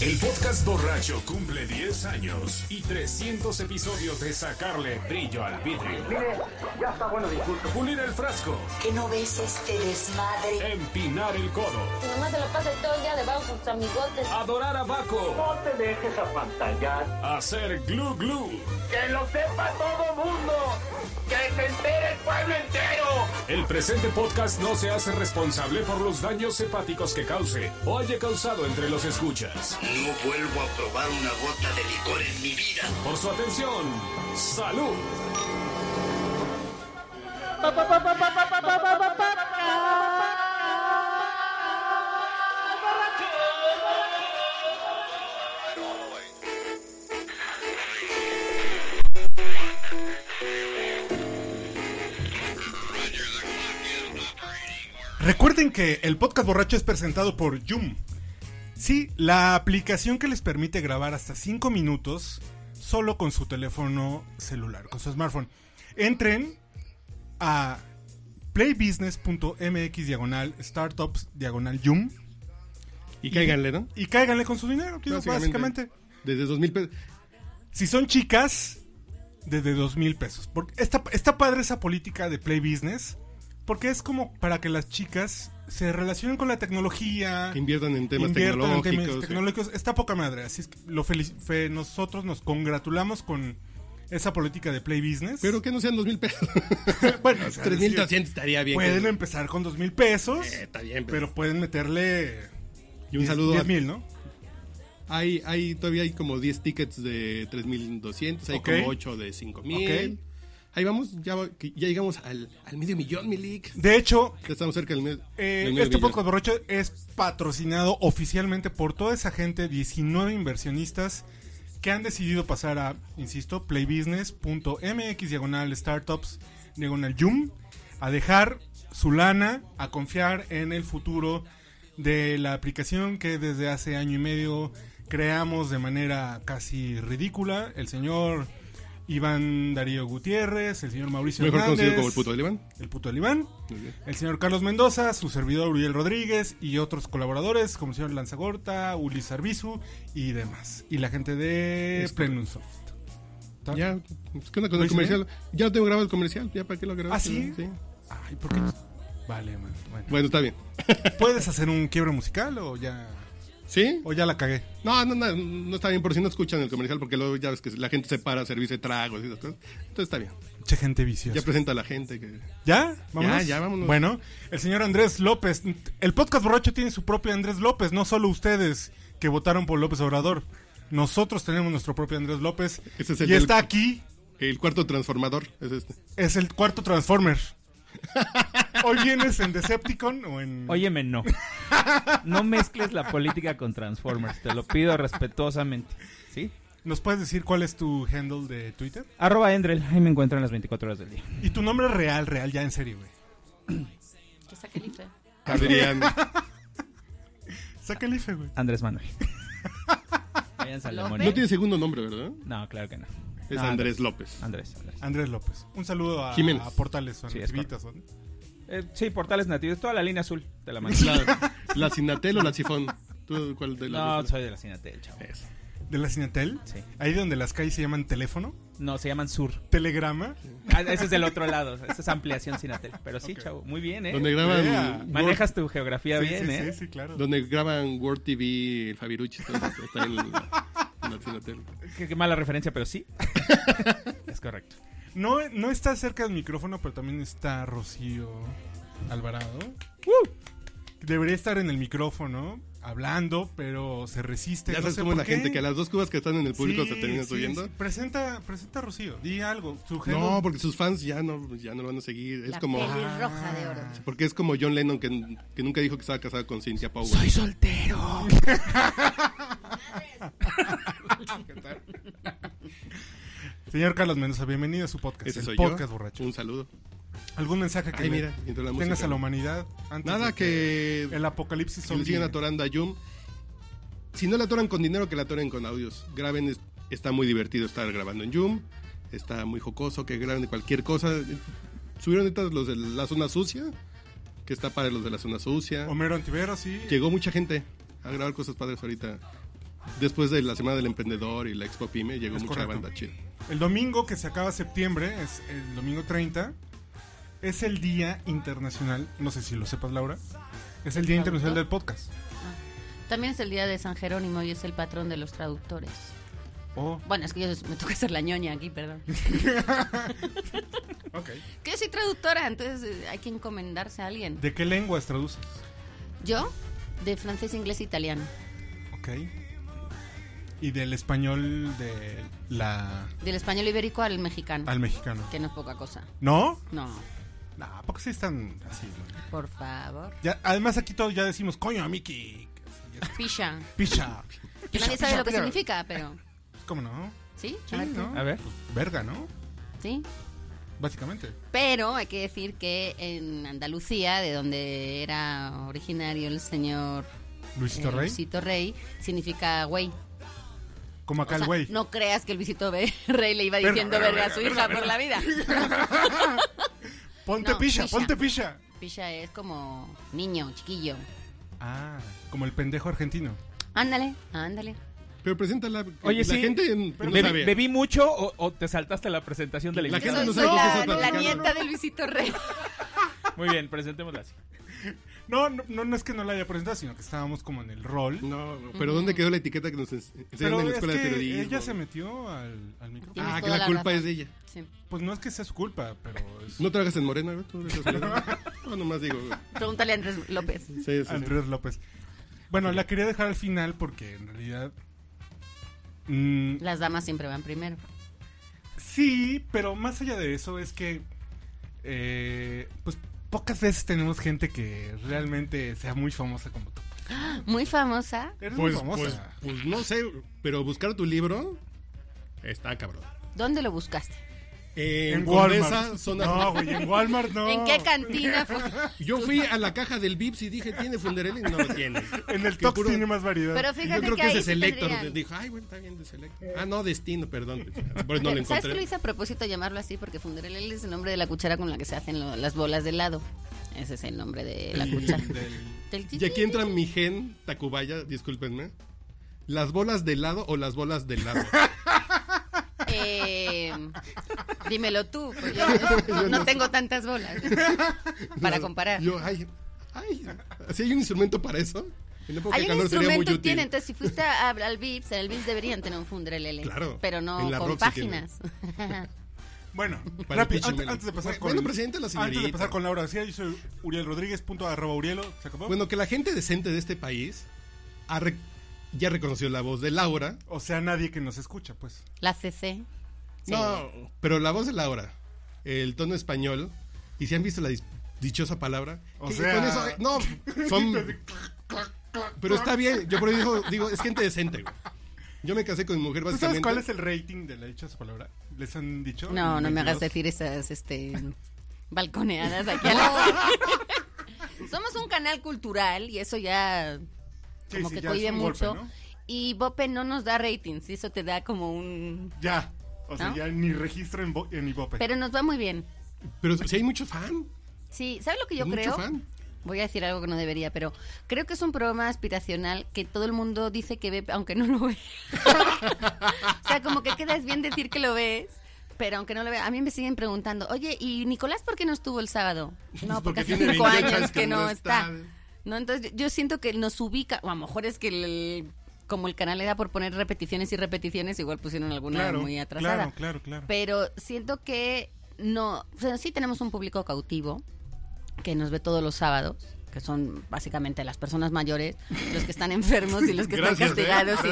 El podcast borracho cumple 10 años y 300 episodios de sacarle brillo al vidrio. Mire, ya está bueno de insultos. Pulir el frasco, ¿Qué no ves este desmadre? empinar el codo, Mi mamá se lo pasa todo el día debajo con sus amigotes. adorar a Baco, No te dejes apantallar. hacer glu glu. ¡Que lo sepa todo mundo! ¡Que se entere el pueblo entero! El presente podcast no se hace responsable por los daños hepáticos que cause o haya causado entre los escuchas. No vuelvo a probar una gota de licor en mi vida. Por su atención, salud. Recuerden que el podcast borracho es presentado por Yum. Sí, la aplicación que les permite grabar hasta 5 minutos solo con su teléfono celular, con su smartphone. Entren a playbusiness.mx diagonal startups diagonal Yum Y cáiganle, ¿no? y cáiganle con su dinero, tío, básicamente. Desde 2000 pesos. Si son chicas, desde dos mil pesos. Porque está, está padre esa política de Play Business. Porque es como para que las chicas se relacionen con la tecnología. Que inviertan en temas inviertan en tecnológicos. temas sí. tecnológicos. Está poca madre. Así es que lo felici- fe- nosotros nos congratulamos con esa política de Play Business. Pero que no sean 2000 pesos. bueno, o sea, 3200 estaría bien. pueden que- empezar con dos mil pesos. Eh, está bien, pero. pero pueden meterle. Y un saludo. a- mil, ¿no? Hay, hay, todavía hay como 10 tickets de 3200, hay Ok. como 8 de 5000. Ok. Ahí vamos, ya, va- que ya llegamos al, al medio millón, Milik. De hecho, Ya estamos cerca del, me- Eh, del medio este millón. podcast borracho es patrocinado oficialmente por toda esa gente, 19 inversionistas que han decidido pasar a, insisto, playbusiness.mx diagonal startups diagonal yum, a dejar su lana, a confiar en el futuro de la aplicación que desde hace año y medio creamos de manera casi ridícula, el señor Iván Darío Gutiérrez, el señor Mauricio Mejor Hernández, conocido como el puto de Iván. el puto del Iván, Muy bien. el señor Carlos Mendoza, su servidor Uriel Rodríguez y otros colaboradores como el señor Lanzagorta, Ulises Arbizu y demás. Y la gente de Es Plenum Soft. ¿Está? Ya, pues, ¿qué onda con ¿Lo el hice comercial? Ya tengo grabado el comercial, ya para qué lo grabas. ¿eh? ¿Ah, sí? Ay, ¿por qué? Vale, man. Bueno. Bueno, está bien. ¿Puedes hacer un quiebre musical o ya, ¿Sí? o ya la cagué? No, no, no, no está bien, por si no escuchan el comercial, porque luego ya ves que la gente se para a servirse tragos y esas cosas. Entonces está bien. Che, gente Ya viciosa. presenta a la gente que. ¿Ya? ¿Vámonos? Ya, ya, vámonos. Bueno, el señor Andrés López. El podcast borracho tiene su propio Andrés López, no solo ustedes que votaron por López Obrador. Nosotros tenemos nuestro propio Andrés López. Ese es el y del- está aquí El cuarto transformador es este. Es el cuarto Transformer. Hoy vienes en Decepticon o en. Óyeme, no. No mezcles la política con Transformers, te lo pido respetuosamente. ¿Sí? ¿Nos puedes decir cuál es tu handle de Twitter? Arroba Endrel, ahí me encuentran las 24 horas del día. Y tu nombre real, real, ya en serio, güey. Adrián. Saca el IFE, güey. Andrés Manuel. Váyanse a la No moneda. tiene segundo nombre, ¿verdad? No, claro que no. Es No, Andrés López. Andrés, Andrés. Andrés López. Un saludo a, Jiménez. a Portales o a Sí, es Nativitas, ¿no? Eh, sí, portales nativos, toda la línea azul de la mano. La, la Cinatel o la Sifón. ¿Tú cuál de las No, dos? soy de la Cinatel, chavo. Eso. De la Cinetel. Sí. Ahí donde las calles se llaman teléfono, No, se llaman Sur. telegrama. Ah, ese es del otro lado, esa es ampliación Cinatel. Pero sí, chavo, muy bien, ¿eh? Donde graban. Yeah. Word- Manejas tu geografía sí, bien, sí, ¿eh? sí, sí, claro. Donde graban Word TV, el Fabiruchi. todo eso, Está en la, en la Cinatel. Qué, qué mala referencia, pero sí. es correcto. No, no está cerca del micrófono, pero también está Rocío Alvarado. Debería estar en el micrófono hablando, pero se resiste. Ya no sabes sé cómo es por la gente, qué. que las dos cubas que están en el público Sí, se terminan sí, subiendo. sí. Presenta, presenta a Rocío, di algo. Su No, género. porque sus fans ya no, ya no lo van a seguir. Es como. ah. roja de oro. Porque es como John Lennon que, que nunca dijo que estaba casado con Cynthia Powell. Soy soltero. Señor Carlos Mendoza, bienvenido a su podcast, Ese el soy podcast yo. borracho. Un saludo. ¿Algún mensaje que Ay, le- mira, entró la tengas música. a la humanidad antes Nada de que, el apocalipsis que le zombie? sigan atorando a Yum. Si no la atoran con dinero, que la atoren con audios. Graben, es- está muy divertido estar grabando en Yum. Está muy jocoso que graben de cualquier cosa. Subieron ahorita los de la zona sucia, que está padre los de la zona sucia. Homero Antivero, sí. Llegó mucha gente a grabar cosas padres ahorita. Después de la Semana del Emprendedor y la Expo Pyme, llegó Es mucha correcto. banda chida. El domingo que se acaba septiembre, es el domingo 30, es el Día Internacional, no sé si lo sepas Laura, es el Día Internacional del Podcast. También es el día de San Jerónimo y es el patrón de los traductores. Oh, Bueno, es que yo me toca hacer la ñoña aquí, perdón. ok. Que yo soy traductora, entonces eh, hay que encomendarse a alguien. ¿De qué lenguas traduces? Yo, de francés, inglés, e italiano. Ok. Y del español de la Del español ibérico al mexicano. al mexicano. Que no es poca cosa. ¿No? No, No, ¿a poco sí están así? no? por favor. Ya, además aquí todos ya decimos, coño, Miki. Picha. Picha. Que Picha, nadie sabe picha, lo que picha. significa, pero. ¿Cómo no? ¿Sí? Sí, Ah, ¿no? A ver. Verga, ¿no? Sí. Básicamente. Pero hay que decir que en Andalucía, de donde era originario el señor Luisito eh, Rey. Luisito Rey, significa güey. Como O acá el sea, güey. no creas que el Luisito Be- Rey le iba Verga, diciendo verga, verga a su verga, hija verga. por la vida. ponte no, picha, picha. ponte picha. Picha es como niño, chiquillo. Ah, como el pendejo argentino. Ándale, ándale. Pero preséntala. Oye, la sí. gente no Bebí, sabe. bebí mucho o, o te saltaste la presentación de la La invitada? gente Soy- no soy sabe de qué la, está la platicando. nieta de Luisito Rey. Muy bien, presentémosla así. No, no, no, no es que no la haya presentado, sino que estábamos como en el rol. No, pero ¿dónde quedó la etiqueta que nos ens- Pero enseñaron en la es escuela de que periodismo? ella se metió al, al micrófono. Tienes Ah, que toda la la, culpa razón. es de ella. Sí. Pues no es que sea su culpa, pero es No trabajas en Morena, güey. ¿Tú no trabajas en Morena? No, nomás digo, güey. Pregúntale a Andrés López. Sí, sí, sí. Andrés López. Bueno, la quería dejar al final porque en realidad... mm, Las damas siempre van primero. sí, pero más allá de eso es que... eh, pues pocas veces tenemos gente que realmente sea muy famosa como tú. Muy famosa. Eres Pues, muy famosa. pues, pues no sé, pero buscar tu libro está cabrón. ¿Dónde lo buscaste? En, en Condesa, Walmart. zona- No, güey, en Walmart no. ¿En qué cantina fue? Yo fui a la caja del Vips y dije, ¿tiene Funderelli? No lo tiene. En el Que Tox puro- tiene más variedad. Pero Yo fíjate creo que, que, ahí ese es sí el Héctor. tendrían. Dijo, ay, bueno, está bien, de Selector. Ah, no, Destino, perdón. Pues no lo ¿Sabes que lo encontré. hice a propósito llamarlo así? Porque Funderelel es el nombre de la cuchara con la que se hacen lo- las bolas de helado. Ese es el nombre de la Y cuchara. del- Del Y aquí entra mi gen Tacubaya, discúlpenme. ¿Las bolas de lado o las bolas de lado? Eh, dímelo tú, pues yo, yo no tengo tantas bolas para comparar. Yo, ay, ay, si hay un instrumento para eso. En época Hay de un calor sería muy instrumento y útil. tiene, entonces si fuiste a- al VIPS, en el VIPS deberían tener un fundelele. Claro, Pero en no la con Roxy páginas. Bueno, Para rápido, Pichi antes, Melo. antes de pasar Bueno, con... bueno, presente la Antes de señorita. pasar con Laura García, yo soy Uriel Rodríguez, punto arroba Urielo, ¿se acabó? Bueno, que la gente decente de este país ha re- ya reconoció la voz de Laura. o sea, nadie que nos escucha, pues. La CC. Sí. No, pero la voz de Laura, el tono español, y si han visto la dis- dichosa palabra. O que sea- con eso- eh, no, son. pero está bien, yo por ahí digo, digo, es gente decente, güey. Yo me casé con mi mujer ¿Tú básicamente. sabes cuál es el rating de la dicha esa palabra? ¿Les han dicho? No, no me hagas 22. decir esas este balconeadas aquí. a la- Somos un canal cultural y eso ya Sí, como sí, que ya cohibe es un golpe, mucho. ¿no? Y Bope no nos da ratings, y eso te da como un... Ya, o sea, ¿No? ya ni registro en, Bo- en Ibope. Pero nos va muy bien. Pero si hay mucho fan. Sí, ¿sabes lo que yo mucho creo? fan. Voy a decir algo que no debería, pero creo que es un programa aspiracional que todo el mundo dice que ve, aunque no lo ve. o sea, como que quedas bien decir que lo ves, pero aunque no lo vea. A mí me siguen preguntando, oye, ¿y Nicolás por qué no estuvo el sábado? No, porque, hace tiene cinco 28 años que no está. está. No, entonces yo yo siento que nos ubica, o a lo mejor es que el- como el canal era por poner repeticiones y repeticiones, igual pusieron alguna claro, muy atrasada. Claro, claro, claro. Pero siento que no, o sea, sí tenemos un público cautivo que nos ve todos los sábados, que son básicamente las personas mayores, los que están enfermos y los que Gracias, ¿eh? están castigados.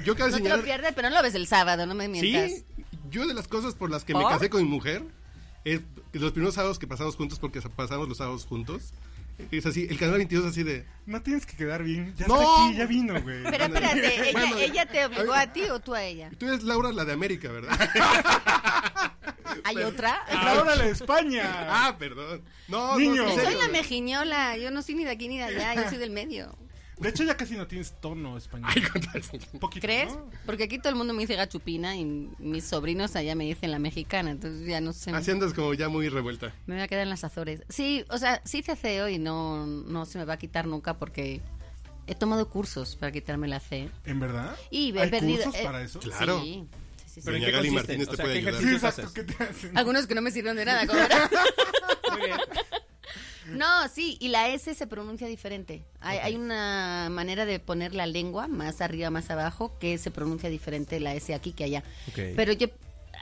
y- Yo quiero no te lo señalar. pierdes, pero no lo ves el sábado, no me mientas. Sí, yo de las cosas por las que me ¿Por? casé con mi mujer es que los primeros sábados que pasamos juntos, porque pasamos los sábados juntos, es así, el canal 22 así de... No tienes que quedar bien. Ya No. está aquí, ya vino, güey. Pero espérate, ¿ella, Bueno, ella te obligó a- a ti o tú a ella? Tú eres Laura la de América, ¿verdad? ¿Hay otra? ¡Laura la de España! ah, perdón. No, Niño. ah, no, en Yo serio. soy la mejiñola, yo no soy ni de aquí ni de allá, yo soy del medio. De hecho, ya casi no tienes tono español. Poquito, ¿Crees? ¿no? Porque aquí todo el mundo me dice gachupina y mis sobrinos allá me dicen la mexicana, entonces ya no sé. Así andas como ya muy revuelta. Me voy a E quedar en las Azores. Sí, o sea, sí hice CEO y no, no se me va a quitar nunca porque He tomado cursos para quitarme la C. E ¿En verdad? Y he ¿Hay perdido. cursos eh, para eso? Claro. Sí, sí, sí, sí. Doña qué Gali consisten? Martínez te O sea, puede ¿qué ayudar. Sí, ejercicios exacto. haces? ¿Qué te hacen? Algunos que no me sirven de nada, como ahora. No, sí, y la S se pronuncia diferente. Hay, hay una manera de poner la lengua más arriba, más abajo, que se pronuncia diferente la S aquí que allá. Ok. Pero yo,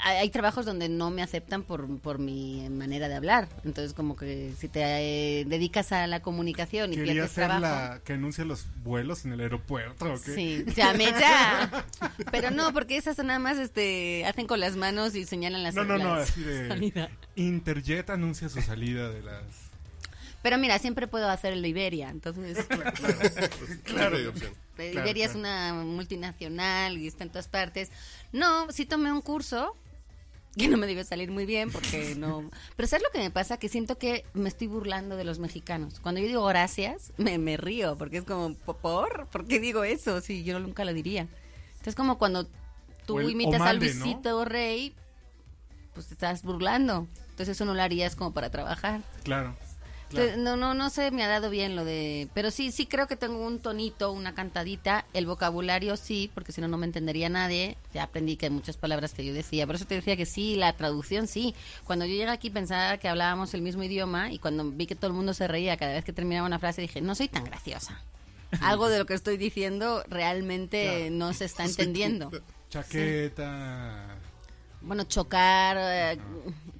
hay, hay trabajos donde no me aceptan por, por mi manera de hablar. Entonces, como que si te eh, dedicas a la comunicación y Quería pierdes ser trabajo. la que anuncia los vuelos en el aeropuerto. ¿o qué? Sí, llame ya. Pero no, porque esas nada más este, hacen con las manos y señalan las No, no, no, las- así de- salida. Interjet anuncia su salida de las. Pero mira, siempre puedo hacer el de Iberia, entonces... Claro. hay opción. Eh, Claro, Iberia claro. es una multinacional y está en todas partes. No, sí tomé un curso que no me debió salir muy bien porque no... Pero ¿sabes lo que me pasa? Que siento que me estoy burlando de los mexicanos. Cuando yo digo gracias, me, me río porque es como, "Po- ¿por? ¿Por qué digo eso? Si yo nunca lo diría. Entonces como cuando tú O el imitas a omande, ¿no? Luisito Rey, pues te estás burlando. Entonces eso no lo harías como para trabajar. Claro. Te- No, no, no sé, me ha dado bien lo de... Pero sí, sí creo que tengo un tonito, una cantadita. El vocabulario sí, porque si no, no me entendería nadie. Ya aprendí que hay muchas palabras que yo decía. Por eso te decía que sí, la traducción sí. Cuando yo llegué aquí pensaba que hablábamos el mismo idioma y cuando vi que todo el mundo se reía cada vez que terminaba una frase dije, no soy tan graciosa. Algo de lo que estoy diciendo realmente no se está entendiendo. Chaqueta. Bueno, chocar, eh,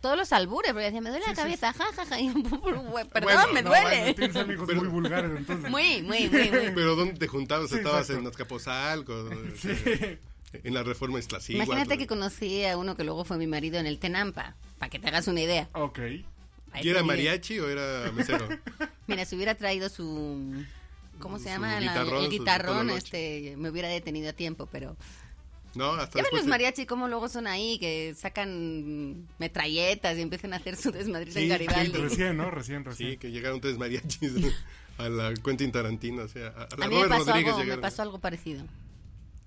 todos los albures, porque decía, me duele la cabeza, jajaja, y un poco, perdón, me No, duele. bueno, tienes amigos Pero- muy vulgares, entonces. Muy, muy, muy, muy. Pero ¿dónde te juntabas? Sí, Estabas exacto. en Azcapotzalco, Sí. en la Reforma Estlacíhuatl. Imagínate que conocí a uno que luego fue mi marido en el Tenampa, para que te hagas una idea. Ok. A ¿Y ese era nivel. mariachi o era mesero? Mira, si hubiera traído su... ¿Cómo se Su llama? La- guitarrón, el su guitarrón, tololoche. este, me hubiera detenido a tiempo, pero... No, hasta Ya ven después los te- mariachi cómo luego son ahí, que sacan metralletas y empiezan a hacer su desmadrito Sí, en Garibaldi. Recién, ¿no? Recién, recién. Sí, que llegaron tres mariachis a la Quentin Tarantino, o sea, a a la A mí me Robert pasó, Rodríguez algo, me llegaron. pasó algo parecido.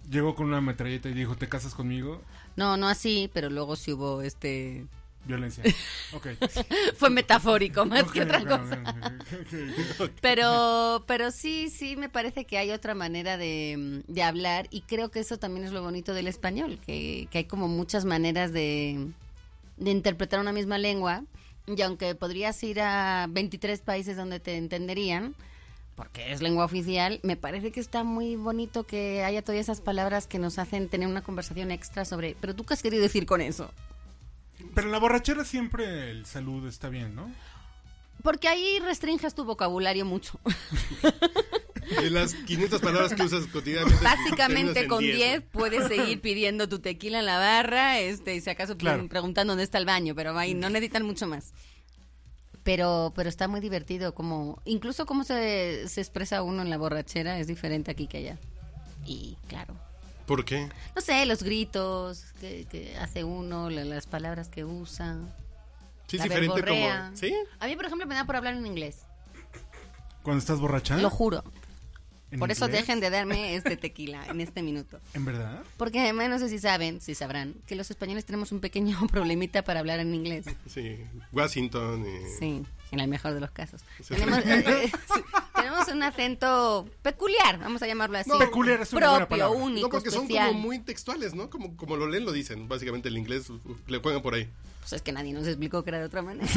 Llegó con una metralleta y dijo, ¿te casas conmigo? No, no así, pero luego sí hubo este... Violencia. Ok. Fue metafórico más Ok, que otra bueno, cosa. bueno, ok, ok, ok. Pero, pero sí, sí, me parece que hay otra manera de, de hablar y creo que eso también es lo bonito del español, que, que hay como muchas maneras de, de interpretar una misma lengua y aunque podrías ir a 23 países donde te entenderían, porque es lengua oficial, me parece que está muy bonito que haya todas esas palabras que nos hacen tener una conversación extra sobre, pero tú qué has querido decir con eso. Pero en la borrachera siempre el salud está bien, ¿no? Porque ahí restringes tu vocabulario mucho. De las 500 palabras que usas cotidianamente. terminas Básicamente en con 10, 10 puedes seguir pidiendo tu tequila en la barra, este, y si acaso Claro. preguntando dónde está el baño, pero ahí no necesitan mucho más. Pero, pero está muy divertido, como, incluso cómo se, se expresa uno en la borrachera es diferente aquí que allá. Y claro. ¿no? ¿Por qué? No sé, los gritos que, que hace uno, la- las palabras que usa. Sí, es la diferente verborrea. como. ¿Sí? A mí, por ejemplo, me da por hablar en inglés. Cuando estás Ah, borracha. Lo juro. ¿En Por eso inglés? dejen de darme este tequila en este minuto. ¿En verdad? Porque además no sé si saben, si sabrán, que los españoles tenemos un pequeño problemita para hablar en inglés. Sí. Washington. Y... Sí, en el mejor de los casos. Sí. Tenemos, eh, sí, tenemos un acento peculiar, vamos a llamarlo así. No, peculiar es una buena Propio, palabra. único, No, porque son especial. como muy textuales, ¿no? Como, como lo leen, lo dicen. Básicamente el inglés uh, uh, le juegan por ahí. Pues es que nadie nos explicó que era de otra manera.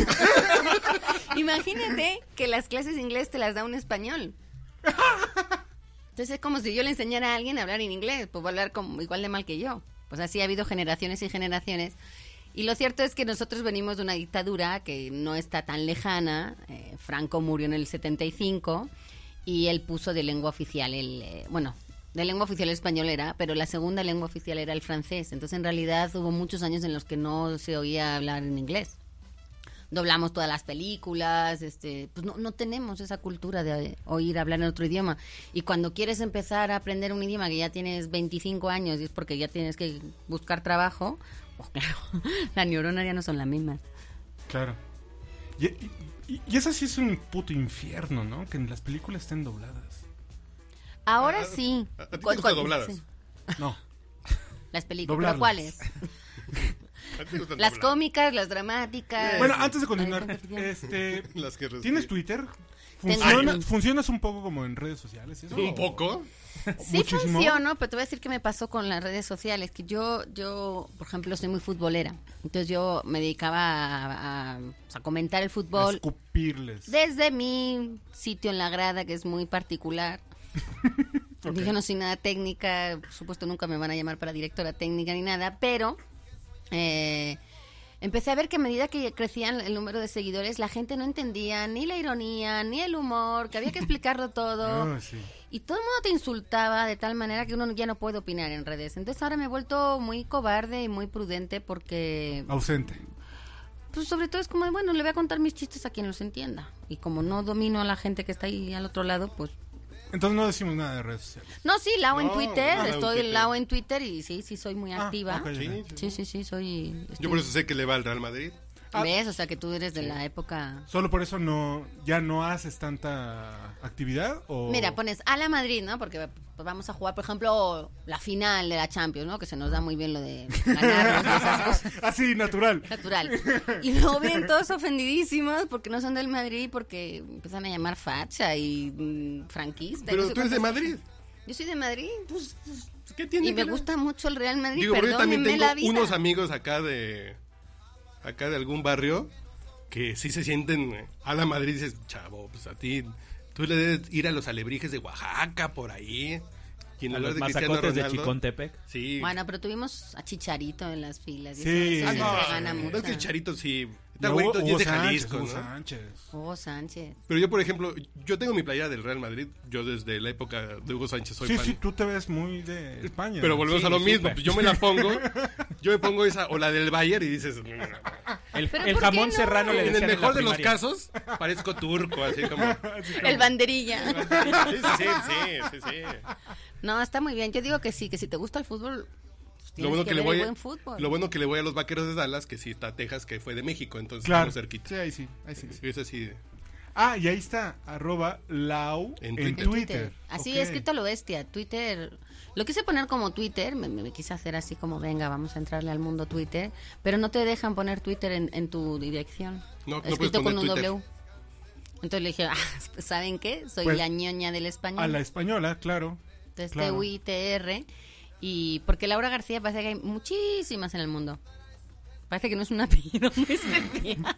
Imagínate que las clases de inglés te las da un español. Entonces es como si yo le enseñara a alguien a hablar en inglés, pues va a hablar como, igual de mal que yo. Pues así ha habido generaciones y generaciones. Y lo cierto es que nosotros venimos de una dictadura que no está tan lejana. Eh, Franco murió en el 75 y él puso de lengua oficial el... eh, bueno, de lengua oficial el español era, pero la segunda lengua oficial era el francés. Entonces en realidad hubo muchos años en los que no se oía hablar en inglés doblamos todas las películas, este, pues no, no tenemos esa cultura de oír hablar en otro idioma. Y cuando quieres empezar a aprender un idioma que ya tienes 25 años y es porque ya tienes que buscar trabajo, pues claro, las neuronas ya no son las mismas. Claro. Y, y, y eso sí es un puto infierno, ¿no? Que en las películas estén dobladas. Ahora Ah, sí. ¿a- a ti te ¿Cuál- gustan cuál- dobladas? sí, No. Las películas. ¿Pero Doblarlas. cuáles? ¿A ti te gustan Las dobladas? cómicas, las dramáticas. Eh, Bueno, antes de Ay, continuar, qué bien. este, Las que ¿tienes Twitter? Funciona, funcionas un poco como en redes sociales. ¿eso? ¿Un poco? Sí Muchísimo. funciono, pero te voy a decir qué me pasó con las redes sociales. Que yo, yo, por ejemplo, soy muy futbolera. Entonces yo me dedicaba a, a- a comentar el fútbol Escupirles. desde mi sitio en la grada, que es muy particular. Yo no soy nada técnica, por supuesto nunca me van a llamar para directora técnica ni nada, pero eh, empecé a ver que a medida que crecían el número de seguidores, la gente no entendía ni la ironía, ni el humor, que había que explicarlo todo. Ah, sí. Y todo el mundo te insultaba de tal manera que uno ya no puede opinar en redes. Entonces ahora me he vuelto muy cobarde y muy prudente porque, Ausente. pues sobre todo es como, bueno, le voy a contar mis chistes a quien los entienda. Y como no domino a la gente que está ahí al otro lado, pues... Entonces no decimos nada de redes sociales. No, sí, lao en No, Twitter, nada en estoy Twitter. lao en Twitter y sí, sí, soy muy Ah, activa. ok, Sí, ya. sí. Sí, sí, sí, soy... este, Yo por eso sé que le va al Real Madrid. Ah. ¿Ves? O sea, que tú eres de la época... Solo por eso no, ya no haces tanta actividad Oh. o Mira, pones a la Madrid, ¿no? Porque pues, vamos a jugar, por ejemplo, la final de la Champions, ¿no? Que se nos da muy bien lo de ganar ¿no? esas cosas. así natural. natural. Y luego vienen todos ofendidísimos porque no son del Madrid, porque empiezan a llamar facha y mm, franquista. y Pero no sé tú eres de cuántas Madrid. cosas. Yo soy de Madrid. Pues, ¿Qué tiene y que me ver? gusta mucho el Real Madrid. Digo, porque yo también perdónenme tengo la vida. unos amigos acá de. Acá de algún barrio que sí se sienten eh, a la Madrid y dices, chavo, pues a ti. Tú le debes ir a los alebrijes de Oaxaca por ahí. Y en A lugar los de Cristiano mazacotes de Ronaldo, Chicontepec. Sí. Bueno, pero tuvimos a Chicharito en las filas. y Sí. eso- Ah, eso no, se gana no mucho. es que Charito sí. Está No, güerito y es Hugo de Sánchez, Jalisco, Hugo ¿no? Sánchez. Oh, Sánchez. Pero yo, por ejemplo, yo tengo mi playera del Real Madrid. Yo desde la época de Hugo Sánchez soy Sí, fan. sí, tú te ves muy de España. Pero volvemos Sí, a lo súper. mismo. Pues yo me la pongo. Yo me pongo esa o la del Bayern y dices. "Mm". El, ¿Pero el por qué jamón no? serrano le En decían el en la mejor de los primaria. casos, parezco turco, así como. Sí, El banderilla. sí, sí, sí, sí. No, está muy bien. Yo digo que sí, que si te gusta el fútbol, pues tienes Lo bueno que, le ver voy, el buen fútbol. lo bueno que le voy a los vaqueros de Dallas, que sí está Texas, que fue de México, entonces Claro. estamos cerquita. Sí, ahí sí, ahí sí, sí. Es así. Ah, y ahí está, arroba lau en En Twitter. Twitter. Así Ok. escrito a lo bestia. Twitter. Lo quise poner como Twitter. Me, me- me quise hacer así como, venga, vamos a entrarle al mundo Twitter. Pero no te dejan poner Twitter en, en tu dirección. No, no puedes escrito poner con un Twitter. W. Entonces le dije, "Ah, pues, ¿saben qué? Soy Pues, la ñoña del A español. la española, claro. Entonces claro. T-U-I-T-R. Y porque Laura García parece que hay muchísimas en el mundo. Parece que no es un apellido muy especial.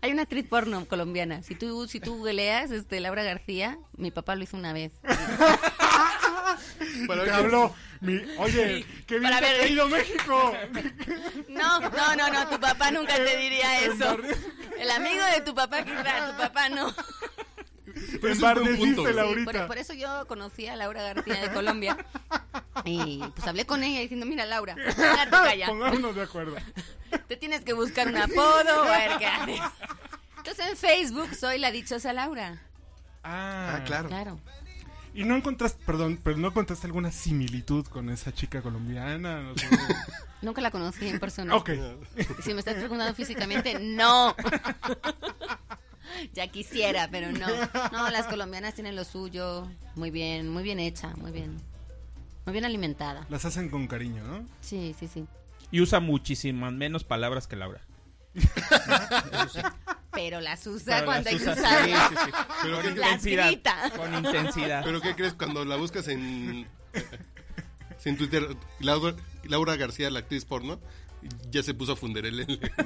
Hay una actriz porno colombiana. Si tú, si tú googleas este, Laura García, mi papá lo hizo una vez. Para Te ver- habló mi... Oye, qué bien Para te ha ver- caído México. No, no, no, no, tu papá nunca te diría eso. El amigo de tu papá quizá, tu papá no. Pero Te es un buen punto. ¿eh? embardeciste, Sí, por, Laurita. por eso yo conocí a Laura García de Colombia. Y pues hablé con ella diciendo, mira Laura, ya te callas. Pongámonos de acuerdo. Te tienes que buscar un apodo, a ver qué haces. Entonces en Facebook soy la dichosa Laura. Ah, Ah, claro. Claro. Y no encontraste, perdón, pero no encontraste alguna similitud con esa chica colombiana. No sé. Nunca la conocí en persona. ok. Si me estás preguntando físicamente, no. ya quisiera, pero no. No, las colombianas tienen lo suyo. Muy bien, muy bien hecha, muy bien. Muy bien alimentada. Las hacen con cariño, ¿no? Sí, sí, sí. Y usa muchísimas menos palabras que Laura. Pero las usa Pero cuando las hay que usa- sí, usarlas. sí, sí. Pero, ¿qué, La- Las grita. Con intensidad. pero qué crees cuando la buscas en. en Twitter, Laura, Laura García, la actriz porno, ya se puso a funder el.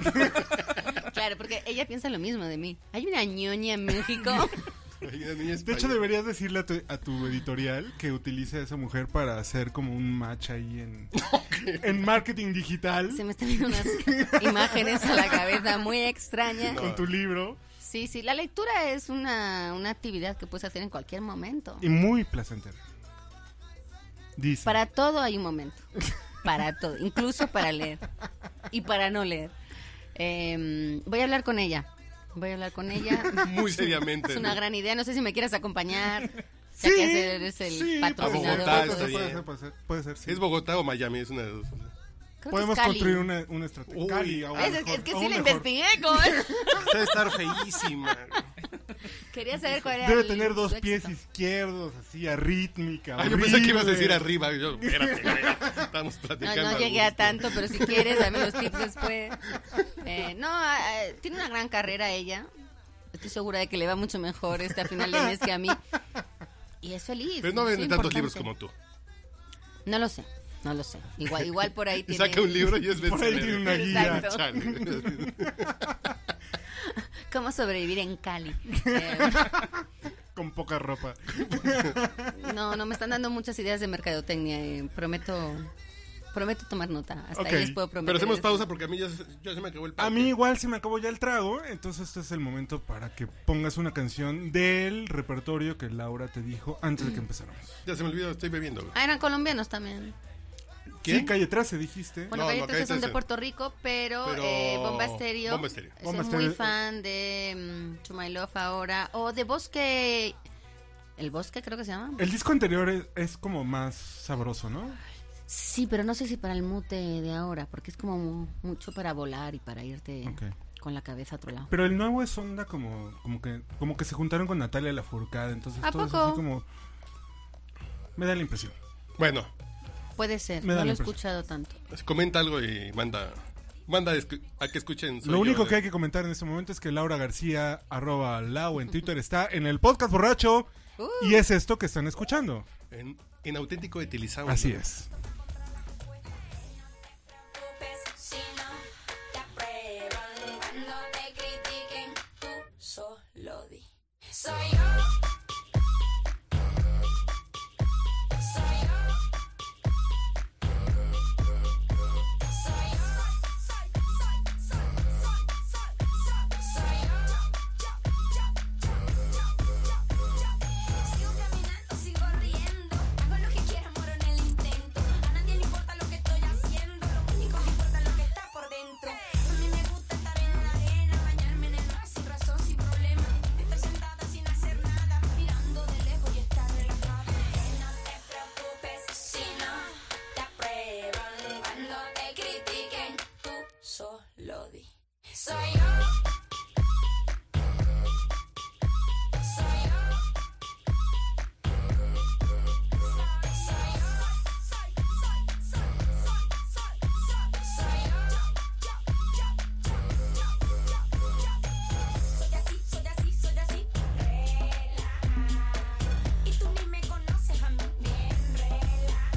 Claro, porque ella piensa lo mismo de mí. Hay una ñoña en México. De De hecho, deberías decirle a tu, a tu editorial que utilice a esa mujer para hacer como un match ahí en, en marketing digital Se me están viendo unas imágenes a la cabeza muy extrañas. Ah. con tu libro. Sí, sí, la lectura es una, una actividad que puedes hacer en cualquier momento. Y muy placentero. Dice. Para todo hay un momento. Para todo, incluso para leer. Y para no leer. Eh, voy a hablar con ella. Voy a hablar con ella. Muy seriamente. Es una ¿no? gran idea. No sé si me quieres acompañar. Ya que eres el sí, patrocinador. puede, A Bogotá, ser, estoy puede bien. ser, puede ser, puede ser, sí. ¿Es Bogotá o Miami? Es una de dos. Creo que Podemos es Cali. construir una, una estrategia. Uy. Cali, aún Es, es mejor, que aún sí la mejor. investigué, ¿cómo es? Debe estar feísima. Quería saber cuál era. Debe el- tener dos su éxito. pies izquierdos, así, arrítmica. Ah, yo pensé que ibas a decir horrible. arriba. Yo, espérate, güey. Estamos No, platicando. no a llegué a gusto. tanto, pero si quieres, dame los tips después. Eh, no, ah, eh, tiene una gran carrera ella. estoy segura de que le va mucho mejor este a final de mes que a mí. Y es feliz. Pero no es vende importante. tantos libros como tú. No lo sé, no lo sé. Igual, igual por ahí Y tiene... saca un libro y es Por ahí tiene una guía. Exacto. Chale. ¿Cómo sobrevivir en Cali? Eh, Con poca ropa. no, no, me están dando muchas ideas de mercadotecnia. eh, prometo... Prometo tomar nota. Hasta Ok, ahí les puedo prometer. Pero hacemos eso. pausa porque a mí ya se, ya se me acabó el A pan. mí igual se me acabó ya el trago, entonces este es el momento para que pongas una canción del repertorio que Laura te dijo antes de Mm. que empezáramos. Ya se me olvidó, estoy bebiendo. güey. Ah, eran colombianos también. Sí, calle 13 dijiste. Bueno, No, Calle no, 13 son Calle de 13. Puerto Rico, pero, Pero- eh, Bomba Estéreo. Bomba Estéreo. Soy Bomba muy Estéreo. fan de mm, To My Love ahora. O de Bosque. ¿El Bosque creo que se llama? El disco anterior es, es como más sabroso, ¿no? Sí, pero no sé si para el mute de ahora, porque es como mu- mucho para volar y para irte Ok. con la cabeza a otro lado. Pero el nuevo es onda como, como que, como que se juntaron con Natalia Lafourcade, entonces ¿A todo es poco? así como me da la impresión. Bueno, pues Puede ser, Me no da lo la he impresión. escuchado tanto. comenta algo y manda manda a escu- a que escuchen. Soy Lo yo único de- que hay que comentar en este momento es que Laura García, arroba Lau en Twitter, está en el podcast borracho Uh. y es esto que están escuchando. En, en auténtico de Tilizao. Así es. Si no te aprueban cuando te critiquen, tú solo di. Soy yo. Soy yo. Soy yo. Soy, soy, soy, soy, soy, soy, soy yo. Yo, yo, yo, yo, yo, yo, yo. Sigo caminando, sigo riendo. Hago lo que quiera, moro en el intento. A nadie le importa lo que estoy haciendo. Lo único que importa es lo que está por dentro. A mí me gusta estar en la arena, bañarme en el mar sin razón, sin problema. Estar sentada sin hacer nada, mirando de lejos y estar relajada. No te preocupes si no te aprueban cuando te critiquen. Tú solo di. Soy yo. Soy yo. Soy yo. Soy, soy, soy, soy, soy, soy, soy yo. Yo, yo, yo, yo, yo, yo. Soy así, soy así, soy así. Relaja. Y tú ni me conoces a mí. Bien, relaja.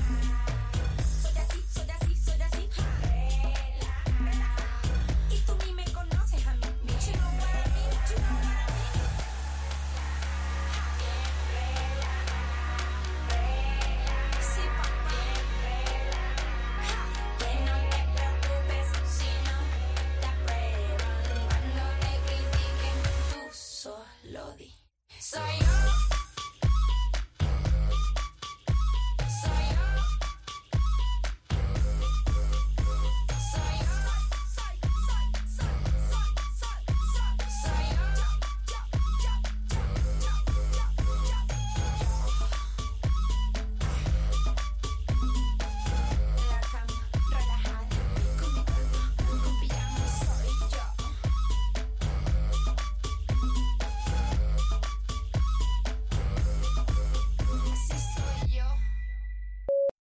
Soy así, soy así, soy así. Relaja. Y tú ni me conoces a mí. You know what I mean, you know what I mean. Sí, papá. Que no te preocupes si no te aprueban cuando te critiquen. Tú solo di. Soy yo. Soy yo. Soy yo. Soy, soy, soy, soy, soy, soy, soy yo. Yo, yo, yo, yo, yo, yo, yo, yo. la cama, relajada, con mi cuerpo, con pijama, soy yo. Así soy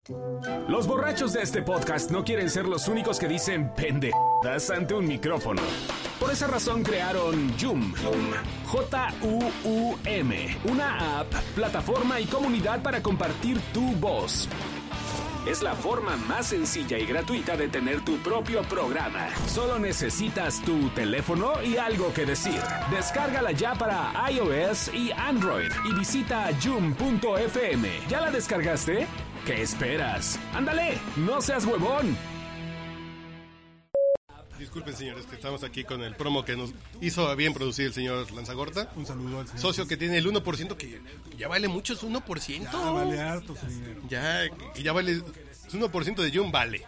yo. Los borrachos de este podcast no quieren ser los únicos que dicen pendejadas ante un micrófono. Por esa razón crearon Joom. J-U-U-M. Una app, plataforma y comunidad para compartir tu voz. Es la forma más sencilla y gratuita de tener tu propio programa. Solo necesitas tu teléfono y algo que decir. Descárgala ya para iOS y Android y visita joom.fm. ¿Ya la descargaste? ¿Qué esperas? ¡Ándale! ¡No seas huevón! Disculpen, señores, que estamos aquí con el promo que nos hizo bien producir el señor Lanzagorta. Un saludo al señor. Socio que tiene el 1%, que ya vale mucho, es 1%. Ah, vale harto su dinero. Ya, que ya vale. Es 1% de Jun vale.